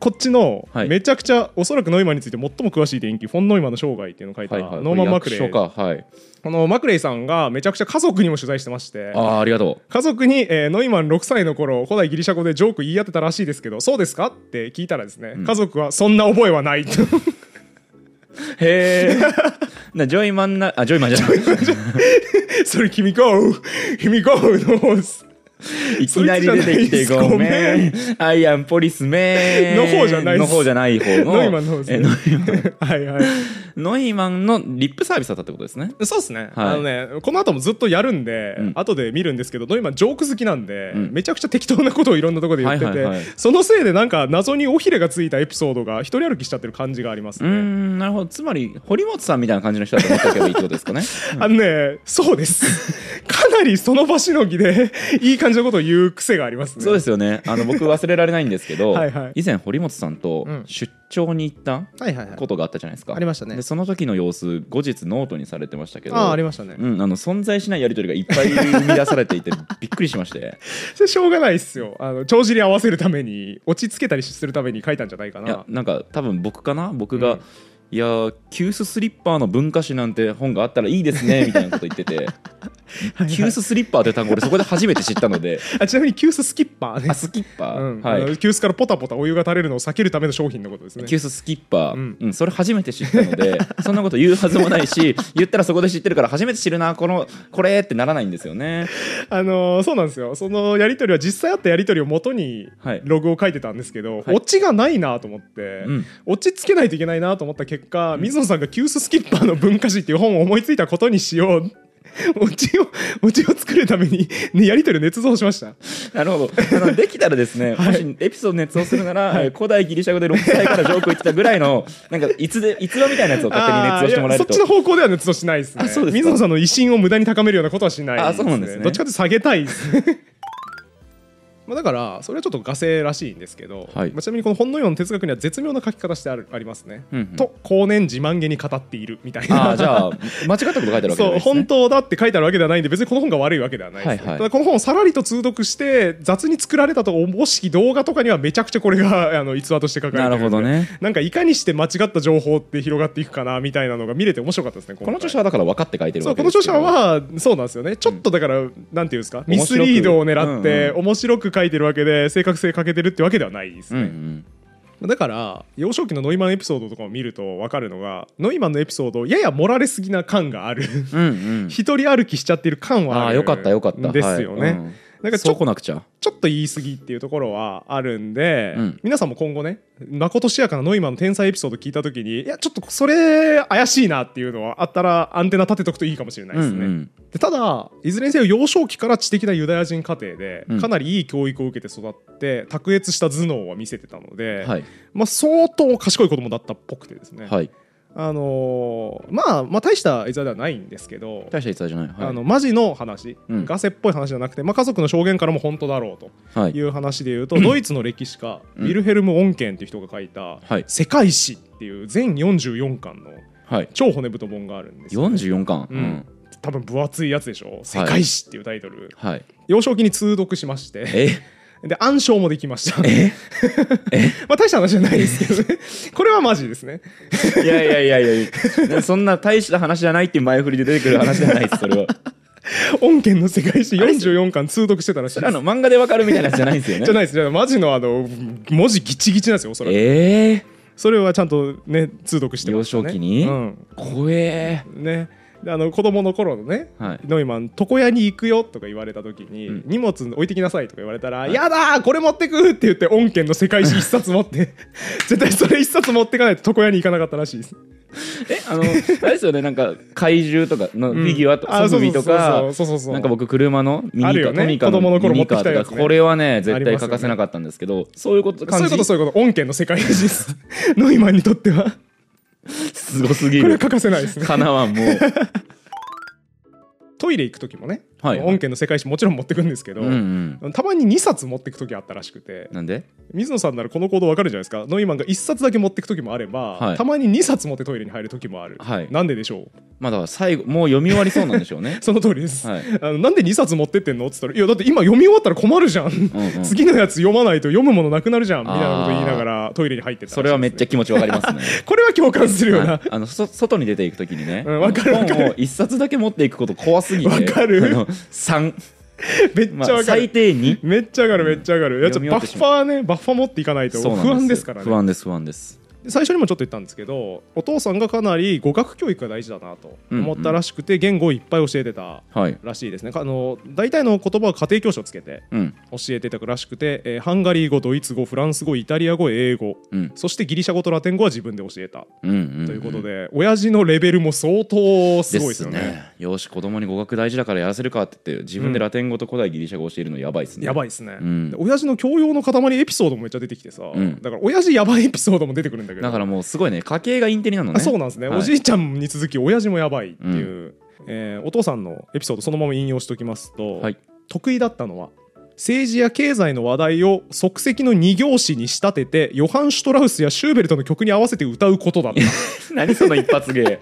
[SPEAKER 1] こっちの
[SPEAKER 2] はい
[SPEAKER 1] めちゃくちゃおそらくノイマンについて最も詳しい伝記フォン・ノイマンの生涯っていうのを書いた
[SPEAKER 2] はいはい、
[SPEAKER 1] ノーマン・マクレイ
[SPEAKER 2] これ役所かはい
[SPEAKER 1] このマクレイさんがめちゃくちゃ家族にも取材してまして
[SPEAKER 2] ああありがと
[SPEAKER 1] 家族に、えーノイマン6歳の頃古代ギリシャ語でジョーク言い合ってたらしいですけどそうですかって聞いたらですね、
[SPEAKER 2] うん
[SPEAKER 1] 家族はそんな覚えはない と
[SPEAKER 2] うへえ なジョイマンなあジョイマンじ ゃない
[SPEAKER 1] それ君ゴー 君ゴーの方です
[SPEAKER 2] いきなり出てきてごめん。アイアンポリスメン。
[SPEAKER 1] の方じゃないっす
[SPEAKER 2] の方じゃない方の。
[SPEAKER 1] ノイマンの方です
[SPEAKER 2] え
[SPEAKER 1] ね
[SPEAKER 2] ノ
[SPEAKER 1] はいはい
[SPEAKER 2] ノイマンのリップサービスだったってことですね。
[SPEAKER 1] そうですね、
[SPEAKER 2] はい
[SPEAKER 1] あのねこの後もずっとやるんで、
[SPEAKER 2] うん
[SPEAKER 1] 後で見るんですけどノイマンジョーク好きなんで、
[SPEAKER 2] うん
[SPEAKER 1] めちゃくちゃ適当なことをいろんなところで言ってて、
[SPEAKER 2] はいはいはい
[SPEAKER 1] そのせいでなんか謎に尾ひれがついたエピソードが一人歩きしちゃってる感じがあります
[SPEAKER 2] うー
[SPEAKER 1] ね、
[SPEAKER 2] ん、なるほど。つまり、堀本さんみたいな感じの人だと思っておけばいいってことですかね。
[SPEAKER 1] あのね、そうです。かなりその場しのぎで、いい感じのことを言う癖がありますね。
[SPEAKER 2] そうですよね。あの、僕忘れられないんですけ ど、
[SPEAKER 1] はいはい
[SPEAKER 2] 以前堀本さんと
[SPEAKER 1] うん
[SPEAKER 2] 出張に行った
[SPEAKER 1] はいはいはい。
[SPEAKER 2] ことがあったじゃないですか。
[SPEAKER 1] ありましたね
[SPEAKER 2] で、その時の様子、後日ノートにされてましたけど、
[SPEAKER 1] ああ、ありましたね。
[SPEAKER 2] うん、あの存在しないやりとりがいっぱい生み出されてい てびっくりしまして
[SPEAKER 1] それしょうがないっすよ。あの、帳尻合わせるために、落ち着けたりするために書いたんじゃないか
[SPEAKER 2] いや
[SPEAKER 1] な。
[SPEAKER 2] なんか多分僕かな僕が、
[SPEAKER 1] うん
[SPEAKER 2] いやー急須スリッパーの文化史なんて本があったらいいで すねみたいなこと言ってて急須スリッパーという単語俺そこで初めて知ったの で
[SPEAKER 1] あちなみに、急須スキッパーね
[SPEAKER 2] あ。スキッパ
[SPEAKER 1] う
[SPEAKER 2] ー、
[SPEAKER 1] ん、
[SPEAKER 2] は
[SPEAKER 1] あの
[SPEAKER 2] い
[SPEAKER 1] 急須からポタポタお湯が垂れるのを避けるための商品のことですね
[SPEAKER 2] 急。須スキッパー、
[SPEAKER 1] うん
[SPEAKER 2] うんそれ初めて知ったの でそんなこと言うはずもないし言ったらそこで知ってるから初めて知るなこのこれってならないんですよね
[SPEAKER 1] あのーそうなんですよ。そのやりとりは実際あったやりとりを元に
[SPEAKER 2] はい
[SPEAKER 1] ログを書いてたんですけど、
[SPEAKER 2] はい
[SPEAKER 1] オチがないなと思って、
[SPEAKER 2] うん
[SPEAKER 1] 落ち着けないといけないなと思った結果、水野さんが「急須スキッパーの文化史」っていう本を思いついたことにしよう。 オチをオチを作るために、ね、やり取りを捏造しました
[SPEAKER 2] なるほどあのできたらですね、もしエピソード熱をするなら、えー古代ギリシャ語で6歳からジョークを言ってたぐら いのなんかいつで逸話みたいなやつを勝手に熱をしてもらえる
[SPEAKER 1] あー
[SPEAKER 2] と
[SPEAKER 1] いやそっちの方向では捏造しないですね
[SPEAKER 2] あそうですか
[SPEAKER 1] 水野さんの威信を無駄に高めるようなことはしない
[SPEAKER 2] あそうなんですね
[SPEAKER 1] どっちかというと下げたいですね まあだからそれはちょっとガセらしいんですけど、
[SPEAKER 2] はい
[SPEAKER 1] まあちなみにこの本のような哲学には絶妙な書き方してあるありますね、
[SPEAKER 2] うんうん
[SPEAKER 1] と後年自慢げに語っているみたいな
[SPEAKER 2] ああじゃあ間違ったこと書いてあるわけじゃない
[SPEAKER 1] そう
[SPEAKER 2] ですね
[SPEAKER 1] 本。当だって書いてあるわけではないんで別にこの本が悪いわけではないです、ね
[SPEAKER 2] はいはい
[SPEAKER 1] ただこの本をさらりと通読して雑に作られたと思しき動画とかにはめちゃくちゃこれがあの逸話として書かれて
[SPEAKER 2] なるほどね。
[SPEAKER 1] なんかいかにして間違った情報って広がっていくかなみたいなのが見れて面白かったですね
[SPEAKER 2] この著者
[SPEAKER 1] は
[SPEAKER 2] はだから分かって書いてる
[SPEAKER 1] そ
[SPEAKER 2] わ
[SPEAKER 1] う
[SPEAKER 2] け
[SPEAKER 1] こ
[SPEAKER 2] で
[SPEAKER 1] の
[SPEAKER 2] す
[SPEAKER 1] 著
[SPEAKER 2] けど
[SPEAKER 1] 者はそうなんですよねちょっとだから、なんていうんですかミ
[SPEAKER 2] 面白
[SPEAKER 1] ス
[SPEAKER 2] く
[SPEAKER 1] リードを狙って
[SPEAKER 2] うん
[SPEAKER 1] 面白く書いてるわけで正確性欠けてるってわけではないです
[SPEAKER 2] うん
[SPEAKER 1] ね、
[SPEAKER 2] うん
[SPEAKER 1] だから幼少期のノイマンエピソードとかを見ると分かるのがノイマンのエピソードやや盛られすぎな感がある
[SPEAKER 2] うんうん。
[SPEAKER 1] 一人歩きしちゃってる感はある
[SPEAKER 2] ああよかったよかった。
[SPEAKER 1] ですよね、
[SPEAKER 2] はいうん
[SPEAKER 1] なんかち
[SPEAKER 2] そう
[SPEAKER 1] ょ
[SPEAKER 2] こなくちゃ。
[SPEAKER 1] ちょっと言い過ぎっていうところはあるんで、
[SPEAKER 2] うん
[SPEAKER 1] 皆さんも今後ねまことしやかなノイマンの天才エピソード聞いた時にいやちょっとそれ怪しいなっていうのはあったらアンテナ立てとくといいかもしれないですね、
[SPEAKER 2] うんうん
[SPEAKER 1] でただいずれにせよ幼少期から知的なユダヤ人家庭で
[SPEAKER 2] うん
[SPEAKER 1] かなりいい教育を受けて育って卓越した頭脳は見せてたので、
[SPEAKER 2] はい
[SPEAKER 1] まあ、相当賢い子供だったっぽくてですね、
[SPEAKER 2] はい。
[SPEAKER 1] あのーまあ、まあ大した逸話ではないんですけど、
[SPEAKER 2] 大した逸話じゃない。はい、
[SPEAKER 1] あのマジの話、
[SPEAKER 2] うん
[SPEAKER 1] ガセっぽい話じゃなくて、まあ、家族の証言からも本当だろうと
[SPEAKER 2] はい
[SPEAKER 1] いう話でいうと、ドイツの歴史家、
[SPEAKER 2] うん
[SPEAKER 1] ウィルヘルム・オンケンっていう人が書いた
[SPEAKER 2] はい
[SPEAKER 1] 「世界史」っていう全44巻の
[SPEAKER 2] はい。
[SPEAKER 1] 超骨太本があるんですよ、
[SPEAKER 2] 44巻。
[SPEAKER 1] うん
[SPEAKER 2] うん
[SPEAKER 1] 多分分厚いやつでしょ「世界史」っていうタイトル、
[SPEAKER 2] はい。
[SPEAKER 1] 幼少期に通読しまして
[SPEAKER 2] え、
[SPEAKER 1] で暗唱もできました
[SPEAKER 2] え、
[SPEAKER 1] まあ大した話じゃないですけど ねこれはマジですね
[SPEAKER 2] いやいやいやいや、そんな大した話じゃないっていう前振りで出てくる話じゃないです。それは。
[SPEAKER 1] 恩ンの世界史44巻通読してたらしい
[SPEAKER 2] そ
[SPEAKER 1] で
[SPEAKER 2] れあ
[SPEAKER 1] す
[SPEAKER 2] の漫画でわかるみたいなやつじゃないんですよね。
[SPEAKER 1] じゃないですじゃあマジのあの文字ギチギチなんですよおそらく
[SPEAKER 2] ええ
[SPEAKER 1] それはちゃんとね通読してましたね
[SPEAKER 2] 幼少期に
[SPEAKER 1] うん
[SPEAKER 2] 怖え
[SPEAKER 1] ねであの子供の頃のね
[SPEAKER 2] はい。
[SPEAKER 1] ノイマン床屋に行くよとか言われた時に、
[SPEAKER 2] うん
[SPEAKER 1] 荷物置いてきなさいとか言われたら「
[SPEAKER 2] い
[SPEAKER 1] やだーこれ持ってく!」って言って恩恵の世界史一冊持って 絶対それ一冊持ってかないと床屋に行かなかったらしいです
[SPEAKER 2] え、あの、あれですよね、なんか怪獣とかのフィギュアと
[SPEAKER 1] うん
[SPEAKER 2] か、
[SPEAKER 1] あ
[SPEAKER 2] ソフビとか、
[SPEAKER 1] そうそうそうそうそうそう
[SPEAKER 2] なんか僕車のミニカ
[SPEAKER 1] あるよね
[SPEAKER 2] トミカ
[SPEAKER 1] 子供の頃
[SPEAKER 2] ミニカー
[SPEAKER 1] 持ってきたやつ
[SPEAKER 2] と
[SPEAKER 1] ね
[SPEAKER 2] かこれはね
[SPEAKER 1] あ
[SPEAKER 2] 絶
[SPEAKER 1] りますよ
[SPEAKER 2] 対
[SPEAKER 1] ね
[SPEAKER 2] 欠かせなかったんですけどそういうこと
[SPEAKER 1] そうい
[SPEAKER 2] 感
[SPEAKER 1] うこと
[SPEAKER 2] じ
[SPEAKER 1] そういうこと恩恵の世界史です ノイマンにとってはこ
[SPEAKER 2] すごすぎ
[SPEAKER 1] れは
[SPEAKER 2] る
[SPEAKER 1] 欠かせないですね
[SPEAKER 2] かなわんもう
[SPEAKER 1] トイレ行く時もね、
[SPEAKER 2] はい
[SPEAKER 1] 恩恵の世界史もちろん持ってくんですけど、
[SPEAKER 2] うんうん
[SPEAKER 1] たまに2冊持ってく時あったらしくて
[SPEAKER 2] なんで
[SPEAKER 1] 水野さんならこの行動わかるじゃないですかノイマンが1冊だけ持ってく時もあれば、
[SPEAKER 2] はい
[SPEAKER 1] たまに2冊持ってトイレに入る時もある、
[SPEAKER 2] はい
[SPEAKER 1] なんででしょう
[SPEAKER 2] まあだから最後もう読み終わりそうなんでしょうね
[SPEAKER 1] その通りです、
[SPEAKER 2] はい
[SPEAKER 1] あのなんで2冊持ってってんのっつったら「いやだって今読み終わったら困るじゃん、
[SPEAKER 2] うん
[SPEAKER 1] 次のやつ読まないと読むものなくなるじゃん」みたいなこと言いながらトイレに入ってたらしいですね、
[SPEAKER 2] それはめっちゃ気持ちわかりますね
[SPEAKER 1] これは共感するよな、
[SPEAKER 2] はいあのそ外に出ていくときにね、
[SPEAKER 1] うんわかるわかる
[SPEAKER 2] 本を一冊だけ持っていくこと怖すぎて
[SPEAKER 1] わかる
[SPEAKER 2] あの3、
[SPEAKER 1] めっ
[SPEAKER 2] ま
[SPEAKER 1] ちゃ
[SPEAKER 2] あ、
[SPEAKER 1] わか
[SPEAKER 2] 最
[SPEAKER 1] る、
[SPEAKER 2] 低2
[SPEAKER 1] めっちゃ上がるめっちゃ上がる、いやちょっとバ
[SPEAKER 2] 読み終わって
[SPEAKER 1] ッ
[SPEAKER 2] し
[SPEAKER 1] ファーねバッファー持っていかないと
[SPEAKER 2] そうなん
[SPEAKER 1] 不安ですから
[SPEAKER 2] 不
[SPEAKER 1] ね
[SPEAKER 2] 安です不安です
[SPEAKER 1] 最初にもちょっと言ったんですけどお父さんがかなり語学教育が大事だなと思ったらしくて、言語をいっぱい教えてた
[SPEAKER 2] はい
[SPEAKER 1] らしいですねかあの大体の言葉は家庭教師をつけて
[SPEAKER 2] うん
[SPEAKER 1] 教えてたらしくて、えーハンガリー語ドイツ語フランス語イタリア語英語
[SPEAKER 2] うん
[SPEAKER 1] そしてギリシャ語とラテン語は自分で教えた
[SPEAKER 2] うんうん、うん、
[SPEAKER 1] ということで、親父のレベルも相当すごいですよね
[SPEAKER 2] よし子供に語学大事だからやらせるかって言って自分でラテン語と古代ギリシャ語を教えるのやばいですね
[SPEAKER 1] やば
[SPEAKER 2] い
[SPEAKER 1] いですね、
[SPEAKER 2] うん
[SPEAKER 1] で親父の教養の塊エピソードもめっちゃ出てきてさ、
[SPEAKER 2] ん
[SPEAKER 1] だから親父やばいエピソードも出てくるんだけど
[SPEAKER 2] だからもうすごいね家系がインテリなの
[SPEAKER 1] あ
[SPEAKER 2] ね
[SPEAKER 1] そうなんですね、
[SPEAKER 2] はい
[SPEAKER 1] おじいちゃんに続き親父もやばいっていう、えーお父さんのエピソードそのまま引用しておきますと、
[SPEAKER 2] はい
[SPEAKER 1] 得意だったのは政治や経済の話題を即席の二行詞に仕立ててヨハン・シュトラウスやシューベルトの曲に合わせて歌うことだった
[SPEAKER 2] 何その一 発芸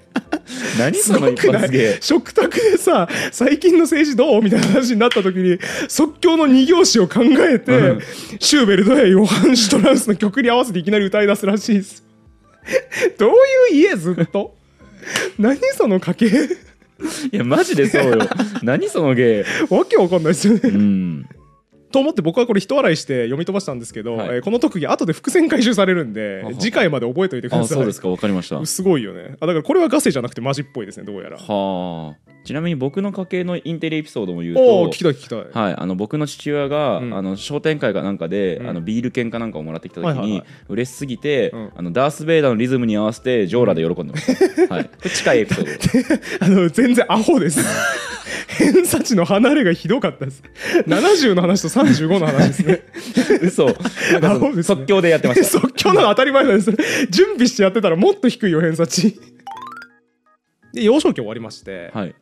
[SPEAKER 2] 何その一発芸
[SPEAKER 1] 食卓でさ最近の政治どうみたいな話になった時に即興の二行詞を考えて、
[SPEAKER 2] うん
[SPEAKER 1] シューベルトやヨハン・シュトラウスの曲に合わせていきなり歌い出すらしいですどういう家ずっと 何その家系
[SPEAKER 2] いやマジで そうよ何その芸
[SPEAKER 1] わけわかんないですよ
[SPEAKER 2] う
[SPEAKER 1] ね。
[SPEAKER 2] ん
[SPEAKER 1] と思って僕はこれ一笑いして読み飛ばしたんですけど、
[SPEAKER 2] はい
[SPEAKER 1] えーこの特技後で伏線回収されるんで
[SPEAKER 2] はは
[SPEAKER 1] 次回まで覚えておいてくだ
[SPEAKER 2] あ
[SPEAKER 1] さい。
[SPEAKER 2] そうですかわかりました は
[SPEAKER 1] すごいよね。あだからこれはガセじゃなくてマジっぽいですねどうやら。
[SPEAKER 2] あちなみに僕の家系のインテリエピソードも言う
[SPEAKER 1] おお聞
[SPEAKER 2] と
[SPEAKER 1] きたい聞きたい。は
[SPEAKER 2] はい、あの僕の父親が、
[SPEAKER 1] うん
[SPEAKER 2] あの商店会かなんかで、
[SPEAKER 1] うん
[SPEAKER 2] あのビール券かなんかをもらってきた時に、
[SPEAKER 1] はいはいはい
[SPEAKER 2] 嬉しすぎて、
[SPEAKER 1] うん
[SPEAKER 2] あのダース・ベイダーのリズムに合わせてジョーラで喜んでました、はい、これ近いエピソード
[SPEAKER 1] あの全然アホです。偏差値の離れがひどかったです。70の話と35の話ですね。
[SPEAKER 2] 嘘なんかそ
[SPEAKER 1] アホ
[SPEAKER 2] の
[SPEAKER 1] ですね
[SPEAKER 2] 即興でや ってました
[SPEAKER 1] 即興なの当たり前なんです。準備してやってたらもっと低いよ偏差値。で幼少期終わりまして、
[SPEAKER 2] はい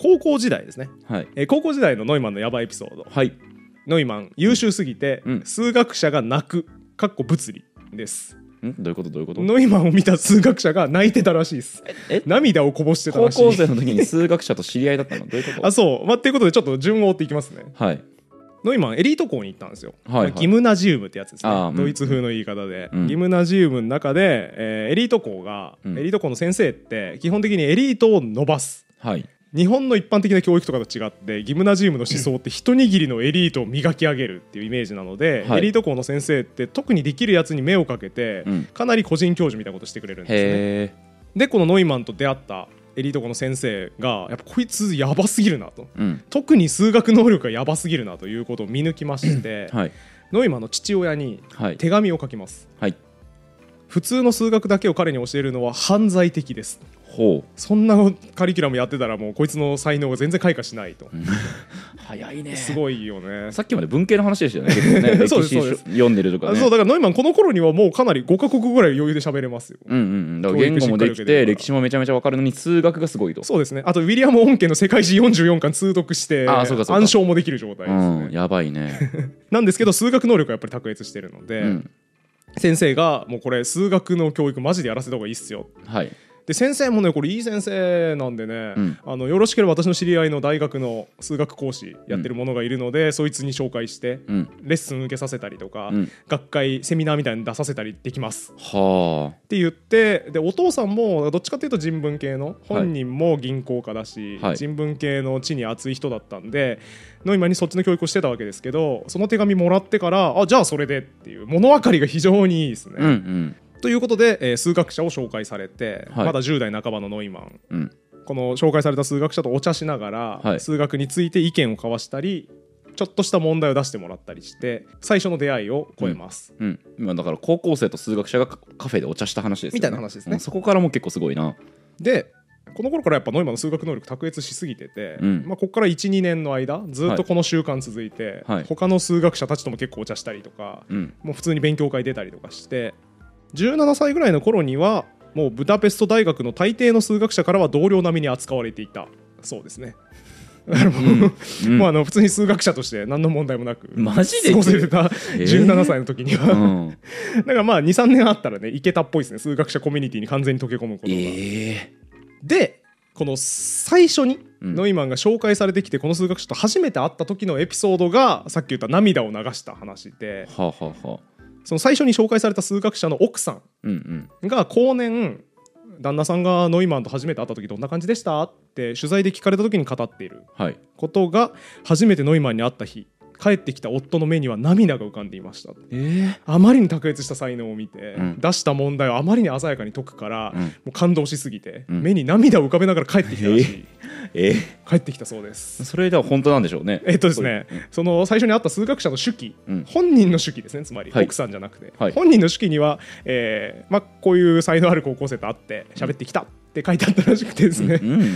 [SPEAKER 1] 高校時代ですね、
[SPEAKER 2] はい
[SPEAKER 1] えー高校時代のノイマンのヤバいエピソード
[SPEAKER 2] はい
[SPEAKER 1] ノイマン優秀すぎて、
[SPEAKER 2] うん
[SPEAKER 1] 数学者が泣くかっこ物理です
[SPEAKER 2] んどういうことどういうこと
[SPEAKER 1] ノイマンを見た数学者が泣いてたらしいです
[SPEAKER 2] え
[SPEAKER 1] 涙をこぼしてた
[SPEAKER 2] 高
[SPEAKER 1] らしい
[SPEAKER 2] 校生の時に数学者と知り合いだったのどういうこ
[SPEAKER 1] あそうまあということでちょっと順を追っていきますね
[SPEAKER 2] とはい
[SPEAKER 1] ノイマンエリート校に行ったんですよ、
[SPEAKER 2] はいはい
[SPEAKER 1] まあギムナジウムってやつですね、
[SPEAKER 2] あーうん
[SPEAKER 1] ドイツ風の言い方で、
[SPEAKER 2] うん
[SPEAKER 1] ギムナジウムの中で、えーエリート校が、
[SPEAKER 2] うん
[SPEAKER 1] エリート校の先生って基本的にエリートを伸ばす
[SPEAKER 2] はい
[SPEAKER 1] 日本の一般的な教育とかと違ってギムナジウムの思想って一握りのエリートを磨き上げるっていうイメージなので、
[SPEAKER 2] はい
[SPEAKER 1] エリート校の先生って特にできるやつに目をかけて、
[SPEAKER 2] うん
[SPEAKER 1] かなり個人教授みたいなことしてくれるんですね。
[SPEAKER 2] へえ
[SPEAKER 1] でこのノイマンと出会ったエリート校の先生がやっぱこいつやばすぎるなと
[SPEAKER 2] うん
[SPEAKER 1] 特に数学能力がやばすぎるなということを見抜きまして、
[SPEAKER 2] はい
[SPEAKER 1] ノイマンの父親に
[SPEAKER 2] はい
[SPEAKER 1] 手紙を書きます。
[SPEAKER 2] はい
[SPEAKER 1] 普通の数学だけを彼に教えるのは犯罪的です
[SPEAKER 2] ほ
[SPEAKER 1] そんなカリキュラムやってたらもうこいつの才能が全然開花しないと
[SPEAKER 2] ううん早いね
[SPEAKER 1] すごいよね
[SPEAKER 2] さっきまで文系の話でしたよね結構ね歴
[SPEAKER 1] そうです
[SPEAKER 2] 史
[SPEAKER 1] そうです
[SPEAKER 2] 読んでるとかね
[SPEAKER 1] そうだからノイマンこの頃にはもうかなり5カ国ぐらい余裕で喋れますよ
[SPEAKER 2] うんうんうん、だから言語も
[SPEAKER 1] 教育しっか
[SPEAKER 2] でき
[SPEAKER 1] り受けて
[SPEAKER 2] て
[SPEAKER 1] るから
[SPEAKER 2] 歴史もめちゃめちゃ分かるのに数学がすごいと、
[SPEAKER 1] そうですねあとウィリアム・オン家の世界史44巻通読して
[SPEAKER 2] あーそうかそうか
[SPEAKER 1] 暗唱もできる状態
[SPEAKER 2] う
[SPEAKER 1] です
[SPEAKER 2] ん、
[SPEAKER 1] ね
[SPEAKER 2] やばいね、
[SPEAKER 1] なんですけど数学能力はやっぱり卓越してるので、
[SPEAKER 2] うん、
[SPEAKER 1] 先生がもうこれ数学の教育マジでやらせた方がいいっすよ
[SPEAKER 2] はい
[SPEAKER 1] で先生もねこれいい先生なんでね、
[SPEAKER 2] うん
[SPEAKER 1] あのよろしければ私の知り合いの大学の数学講師やってるものがいるので、そいつに紹介して
[SPEAKER 2] うん
[SPEAKER 1] レッスン受けさせたりとか、
[SPEAKER 2] うん
[SPEAKER 1] 学会セミナーみたいに出させたりできます
[SPEAKER 2] は
[SPEAKER 1] って言ってでお父さんもどっちかっていうと人文系の本人も銀行家だし、
[SPEAKER 2] はい
[SPEAKER 1] 人文系の地に熱い人だったんでの今にそっちの教育をしてたわけですけどその手紙もらってからあじゃあそれでっていう物分かりが非常にいいですね。
[SPEAKER 2] あうんうん
[SPEAKER 1] ということで、えー数学者を紹介されて、
[SPEAKER 2] はい
[SPEAKER 1] まだ10代半ばのノイマン
[SPEAKER 2] うん
[SPEAKER 1] この紹介された数学者とお茶しながら、
[SPEAKER 2] はい
[SPEAKER 1] 数学について意見を交わしたりちょっとした問題を出してもらったりして最初の出会いを超えます。
[SPEAKER 2] うん、今だから高校生と数学者がカカフェでお茶した話ですよ、ね、
[SPEAKER 1] みたいな話ですね
[SPEAKER 2] うんそこからも結構すごいな
[SPEAKER 1] でこの頃からやっぱノイマンの数学能力卓越しすぎてて、
[SPEAKER 2] うん
[SPEAKER 1] まあ、ここから12年の間ずっとこの習慣続いて、
[SPEAKER 2] はい
[SPEAKER 1] 他の数学者たちとも結構お茶したりとか
[SPEAKER 2] うん
[SPEAKER 1] もう普通に勉強会出たりとかして17歳ぐらいの頃にはもうブダペスト大学の大抵の数学者からは同僚並みに扱われていたそうですね。だからもう
[SPEAKER 2] うん
[SPEAKER 1] もうあの普通に数学者として何の問題もなく
[SPEAKER 2] マジで
[SPEAKER 1] 過ごせてた
[SPEAKER 2] えー
[SPEAKER 1] 17歳の時に
[SPEAKER 2] う
[SPEAKER 1] は、
[SPEAKER 2] ん、
[SPEAKER 1] だからまあ23年あったらねいけたっぽいですね数学者コミュニティに完全に溶け込むことが。
[SPEAKER 2] ええ
[SPEAKER 1] でこの最初に
[SPEAKER 2] うん
[SPEAKER 1] ノイマンが紹介されてきてこの数学者と初めて会った時のエピソードがさっき言った涙を流した話で
[SPEAKER 2] はあ、はあはあ、
[SPEAKER 1] その最初に紹介された数学者の奥さ
[SPEAKER 2] うんうん
[SPEAKER 1] んが後年旦那さんがノイマンと初めて会った時どんな感じでしたって取材で聞かれた時に語っている
[SPEAKER 2] はい
[SPEAKER 1] ことが初めてノイマンに会った日帰ってきた夫の目には涙が浮かんでいました
[SPEAKER 2] ええ
[SPEAKER 1] あまりに卓越した才能を見て、
[SPEAKER 2] うん
[SPEAKER 1] 出した問題をあまりに鮮やかに解くから、
[SPEAKER 2] うん
[SPEAKER 1] もう感動しすぎて、
[SPEAKER 2] うん
[SPEAKER 1] 目に涙を浮かべながら帰ってきたらしい、
[SPEAKER 2] え
[SPEAKER 1] 帰ってきたそうです
[SPEAKER 2] え。それでは本当なんでしょうね
[SPEAKER 1] えっとですね、その最初にあった数学者の手記、
[SPEAKER 2] うん
[SPEAKER 1] 本人の手記ですねつまり、
[SPEAKER 2] はい
[SPEAKER 1] 奥さんじゃなくて、
[SPEAKER 2] はい
[SPEAKER 1] 本人の手記には、えーまあ、こういう才能ある高校生と会って喋ってきたって書いてあったらしくてですね、
[SPEAKER 2] うんうん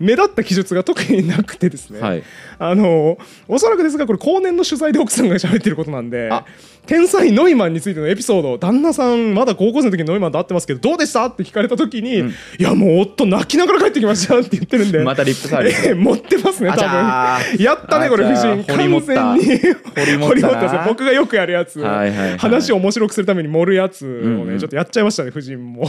[SPEAKER 1] 目立った記述が特になくてですね、
[SPEAKER 2] はい
[SPEAKER 1] あのおそらくですがこれ後年の取材で奥さんが喋ってることなんで
[SPEAKER 2] あ
[SPEAKER 1] 天才ノイマンについてのエピソード旦那さんまだ高校生の時にノイマンと会ってますけどどうでしたって聞かれた時に、
[SPEAKER 2] うん
[SPEAKER 1] いやもう夫泣きながら帰ってきましたって言ってるんで
[SPEAKER 2] またリップサービ ス
[SPEAKER 1] ええ持ってますね多
[SPEAKER 2] あちゃ
[SPEAKER 1] 分
[SPEAKER 2] ー
[SPEAKER 1] やったねこれ
[SPEAKER 2] あ
[SPEAKER 1] 夫
[SPEAKER 2] ちゃ
[SPEAKER 1] 人
[SPEAKER 2] ー掘り持
[SPEAKER 1] 完
[SPEAKER 2] った
[SPEAKER 1] 全に
[SPEAKER 2] 掘り持ったな
[SPEAKER 1] んですよ僕がよくやるやつ、
[SPEAKER 2] はいはいはい
[SPEAKER 1] 話を面白くするために盛るやつをね、
[SPEAKER 2] うんうん
[SPEAKER 1] ちょっとやっちゃいましたね夫人も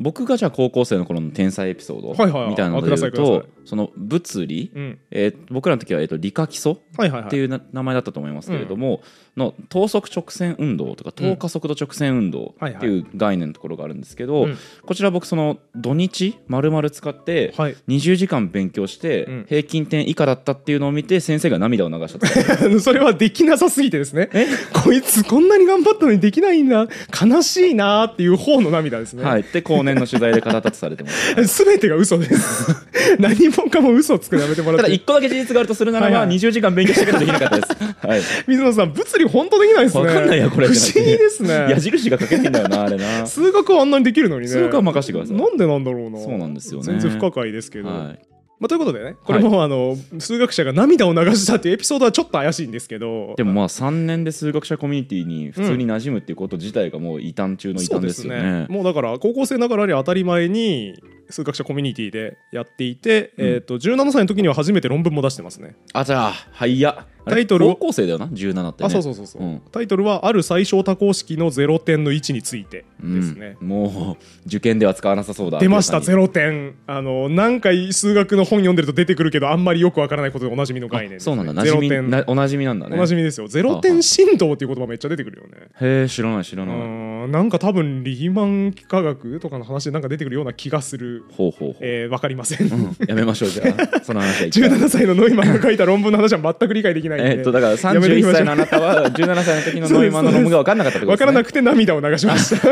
[SPEAKER 2] 僕がじゃあ高校生の頃の天才エピソード
[SPEAKER 1] はいはいはい
[SPEAKER 2] みたいなので言う
[SPEAKER 1] あください
[SPEAKER 2] と
[SPEAKER 1] く
[SPEAKER 2] その物理、
[SPEAKER 1] うん
[SPEAKER 2] えー僕らの時は、えー、と理科基礎
[SPEAKER 1] はいはい
[SPEAKER 2] っ
[SPEAKER 1] は
[SPEAKER 2] て
[SPEAKER 1] い
[SPEAKER 2] いうな名前だったと思いますけれども、の等速直線運動とか等加速度直線運動
[SPEAKER 1] はいはい
[SPEAKER 2] っていう概念のところがあるんですけど、
[SPEAKER 1] うん
[SPEAKER 2] こちら僕その土日丸々使って
[SPEAKER 1] はい
[SPEAKER 2] 20時間勉強
[SPEAKER 1] う
[SPEAKER 2] し
[SPEAKER 1] ん
[SPEAKER 2] て平均点以下だったっていうのを見て先生が涙を流 したと
[SPEAKER 1] あのそれはできなさすぎてですね
[SPEAKER 2] え
[SPEAKER 1] こいつこんなに頑張ったのにできないんだ悲しいなーっていう方の涙ですね、
[SPEAKER 2] はいで後年の取材で語ったとされてます
[SPEAKER 1] 全てが嘘です 何もかも嘘をつくのやめても
[SPEAKER 2] た
[SPEAKER 1] らっ
[SPEAKER 2] だ
[SPEAKER 1] て
[SPEAKER 2] 1個だけ事実があるとするなら
[SPEAKER 1] は
[SPEAKER 2] ば
[SPEAKER 1] いはい
[SPEAKER 2] 20時間勉強したけどできなかったです、はい、
[SPEAKER 1] 水野さん物理本当できないですね
[SPEAKER 2] 分かんないやこれ
[SPEAKER 1] 不思議です
[SPEAKER 2] 矢
[SPEAKER 1] ね
[SPEAKER 2] 印が書けないんだよなあれな
[SPEAKER 1] 数学はあんなにできるのにね
[SPEAKER 2] 数学は任せてください
[SPEAKER 1] なんでなんだろうな
[SPEAKER 2] そうなんですよね
[SPEAKER 1] 全然不可解ですけど、
[SPEAKER 2] はい、
[SPEAKER 1] まあ、ということでねこれもあの、数学者が涙を流したっていうエピソードはちょっと怪しいんですけど
[SPEAKER 2] でもまあ3年で数学者コミュニティに普通に馴染むっていうこと自体がもう異端中の異
[SPEAKER 1] そう
[SPEAKER 2] 端
[SPEAKER 1] で
[SPEAKER 2] ですすよ
[SPEAKER 1] ね
[SPEAKER 2] ね。
[SPEAKER 1] もうだから高校生ながらに当たり前に数学者コミュニティでやっていて、
[SPEAKER 2] うん
[SPEAKER 1] えー、と17歳の時には初めて論文も出してますね。
[SPEAKER 2] あじゃあはいやあれ
[SPEAKER 1] タイトルを
[SPEAKER 2] 高校生だよな17って、ね、
[SPEAKER 1] あそうそうそうそう、
[SPEAKER 2] うん
[SPEAKER 1] タイトルは「ある最小多項式の0点の位置について」
[SPEAKER 2] ん
[SPEAKER 1] ですね。
[SPEAKER 2] もう受験では使わなさそうだ
[SPEAKER 1] 出ました
[SPEAKER 2] 明らか
[SPEAKER 1] 0
[SPEAKER 2] に
[SPEAKER 1] 点あの何回数学の本読んでると出てくるけどあんまりよくわからないことでおなじみの概念
[SPEAKER 2] あ
[SPEAKER 1] です
[SPEAKER 2] そ
[SPEAKER 1] ね、
[SPEAKER 2] うなんだ馴
[SPEAKER 1] ゼロ
[SPEAKER 2] 染み
[SPEAKER 1] 点
[SPEAKER 2] なおなじみなんだね
[SPEAKER 1] おなじみですよゼロ点振動っていう言葉めっちゃ出てくるよね
[SPEAKER 2] へえ知らない知ら
[SPEAKER 1] う
[SPEAKER 2] ない、
[SPEAKER 1] んなんか多分リーマン幾何学とかの話でなんか出てくるような気がする
[SPEAKER 2] ほうほうほう、
[SPEAKER 1] えーわかりま せん
[SPEAKER 2] うんやめましょうじゃ あその話は一回
[SPEAKER 1] 17歳のノイマンが書いた論文の話は全く理解できないんで、
[SPEAKER 2] えっとだから
[SPEAKER 1] やめとき
[SPEAKER 2] 31
[SPEAKER 1] ましょ
[SPEAKER 2] 歳
[SPEAKER 1] う
[SPEAKER 2] のあなたは17歳の時のノイマンの論文が分かんなかったってこ
[SPEAKER 1] 分
[SPEAKER 2] と
[SPEAKER 1] か
[SPEAKER 2] です、
[SPEAKER 1] ら
[SPEAKER 2] ね、
[SPEAKER 1] なくて涙を 流しました。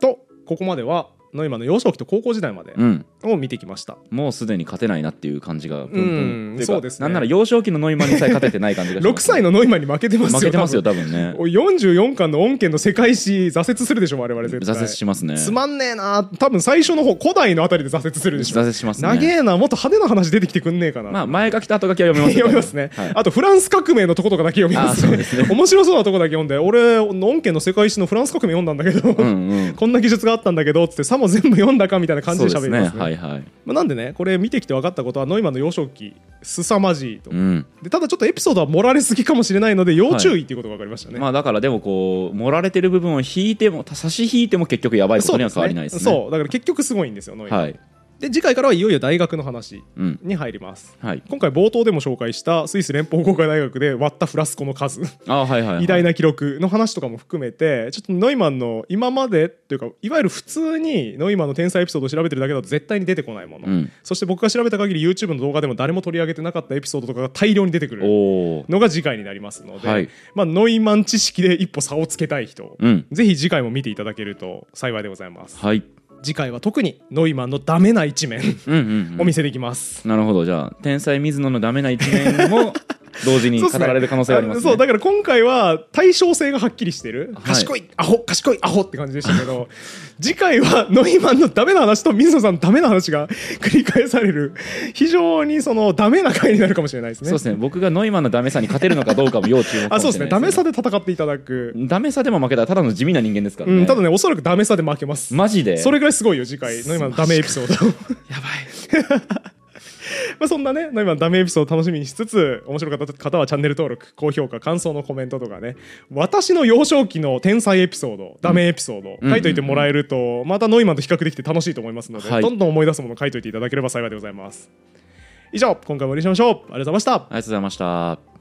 [SPEAKER 1] とここまではノイマンの幼少期と高校時代まで
[SPEAKER 2] うん
[SPEAKER 1] を見てきました。
[SPEAKER 2] もうすでに勝てないなっていう感じがプンプン
[SPEAKER 1] うん
[SPEAKER 2] っていか
[SPEAKER 1] そうですね
[SPEAKER 2] なんなら幼少期のノイマンにさえ勝ててない感じがします
[SPEAKER 1] 6歳のノイマンに負けてますよ。
[SPEAKER 2] 負けてますよ
[SPEAKER 1] 多
[SPEAKER 2] 多分ね
[SPEAKER 1] 分。44巻の恩恵の世界史挫折するでしょ我々絶対。
[SPEAKER 2] 挫折しますね
[SPEAKER 1] つまんねえな多分最初の方古代のあたりで挫折するでしょ
[SPEAKER 2] 挫折しますね
[SPEAKER 1] 長えなもっと派手な話出てきてくんねえかな、
[SPEAKER 2] まあ前書きと後書きは読めますよ
[SPEAKER 1] 読みますね、
[SPEAKER 2] はい
[SPEAKER 1] あとフランス革命のとことかだけ読みます
[SPEAKER 2] あそうですね
[SPEAKER 1] 面白そうなとこだけ読んで俺のんけんの世界史のフランス革命読んだんだけど、
[SPEAKER 2] うんうん
[SPEAKER 1] こんな技術があったんだけどつってさも全部読んだかみたいな感じで喋りますね
[SPEAKER 2] そうですねはいはい
[SPEAKER 1] まあ、なんでねこれ見てきて分かったことはノイマンの幼少期凄まじいと、
[SPEAKER 2] うん
[SPEAKER 1] でただちょっとエピソードは盛られすぎかもしれないので要注意っていうことが分かりましたね、
[SPEAKER 2] まあだからでもこう盛られてる部分を引いても差し引いても結局やばいこ
[SPEAKER 1] そう
[SPEAKER 2] とに
[SPEAKER 1] で
[SPEAKER 2] は
[SPEAKER 1] す
[SPEAKER 2] 変わりないですね
[SPEAKER 1] そうだから結局すごいんですよノイマン、
[SPEAKER 2] はい
[SPEAKER 1] で次回からはいよいよ大学の話
[SPEAKER 2] うん
[SPEAKER 1] に入ります
[SPEAKER 2] はい
[SPEAKER 1] 今回冒頭でも紹介したスイス連邦工科大学で割ったフラスコの数
[SPEAKER 2] あはいはいはい
[SPEAKER 1] 偉大な記録の話とかも含めてちょっとノイマンの今までっていうかいわゆる普通にノイマンの天才エピソードを調べてるだけだと絶対に出てこないもの、
[SPEAKER 2] うん
[SPEAKER 1] そして僕が調べた限り YouTube の動画でも誰も取り上げてなかったエピソードとかが大量に出てく
[SPEAKER 2] お
[SPEAKER 1] る
[SPEAKER 2] お
[SPEAKER 1] のが次回になりますので、
[SPEAKER 2] はい
[SPEAKER 1] まあ、ノイマン知識で一歩差をつけたい人、
[SPEAKER 2] うん
[SPEAKER 1] ぜひ次回も見ていただけると幸いでございます
[SPEAKER 2] はい
[SPEAKER 1] 次回は特にノイマンのダメな一面
[SPEAKER 2] うんうん
[SPEAKER 1] お
[SPEAKER 2] うん
[SPEAKER 1] 見せできます、
[SPEAKER 2] なるほどじゃあ天才水野のダメな一 面も同時に
[SPEAKER 1] そうっ
[SPEAKER 2] 語
[SPEAKER 1] すね
[SPEAKER 2] られる可能性があります
[SPEAKER 1] そう
[SPEAKER 2] ね
[SPEAKER 1] だから今回は対称性がはっきりしてる、
[SPEAKER 2] はい
[SPEAKER 1] 賢いアホ賢いアホって感じでしたけど 次回はノイマンのダメな話と水野さんのダメな話が繰り返される非常にそのダメな回になるかもしれないですね
[SPEAKER 2] そうですね僕がノイマンのダメさに勝てるのかどうかも要注目か
[SPEAKER 1] あ
[SPEAKER 2] もし
[SPEAKER 1] そうです
[SPEAKER 2] れな
[SPEAKER 1] ね
[SPEAKER 2] い
[SPEAKER 1] ダメさで戦っていただく、
[SPEAKER 2] ダメさでも負けたらただの地味な人間ですから
[SPEAKER 1] う
[SPEAKER 2] ね
[SPEAKER 1] ん、ただねおそらくダメさで負けます、
[SPEAKER 2] マジで
[SPEAKER 1] それぐらいすごいよ次回ノイマンのダメエピソード
[SPEAKER 2] やばい
[SPEAKER 1] まあそんなねノイマンのダメエピソードを楽しみにしつつ面白かった方はチャンネル登録高評価感想のコメントとかね私の幼少期の天才エピソードダメエピソード、
[SPEAKER 2] うん
[SPEAKER 1] 書いといてもらえるとまたノイマンと比較できて楽しいと思いますので、
[SPEAKER 2] はい
[SPEAKER 1] どんどん思い出すものを書いといていただければ幸いでございます以上今回もお送りしましょうありがとうございました
[SPEAKER 2] ありがとうございました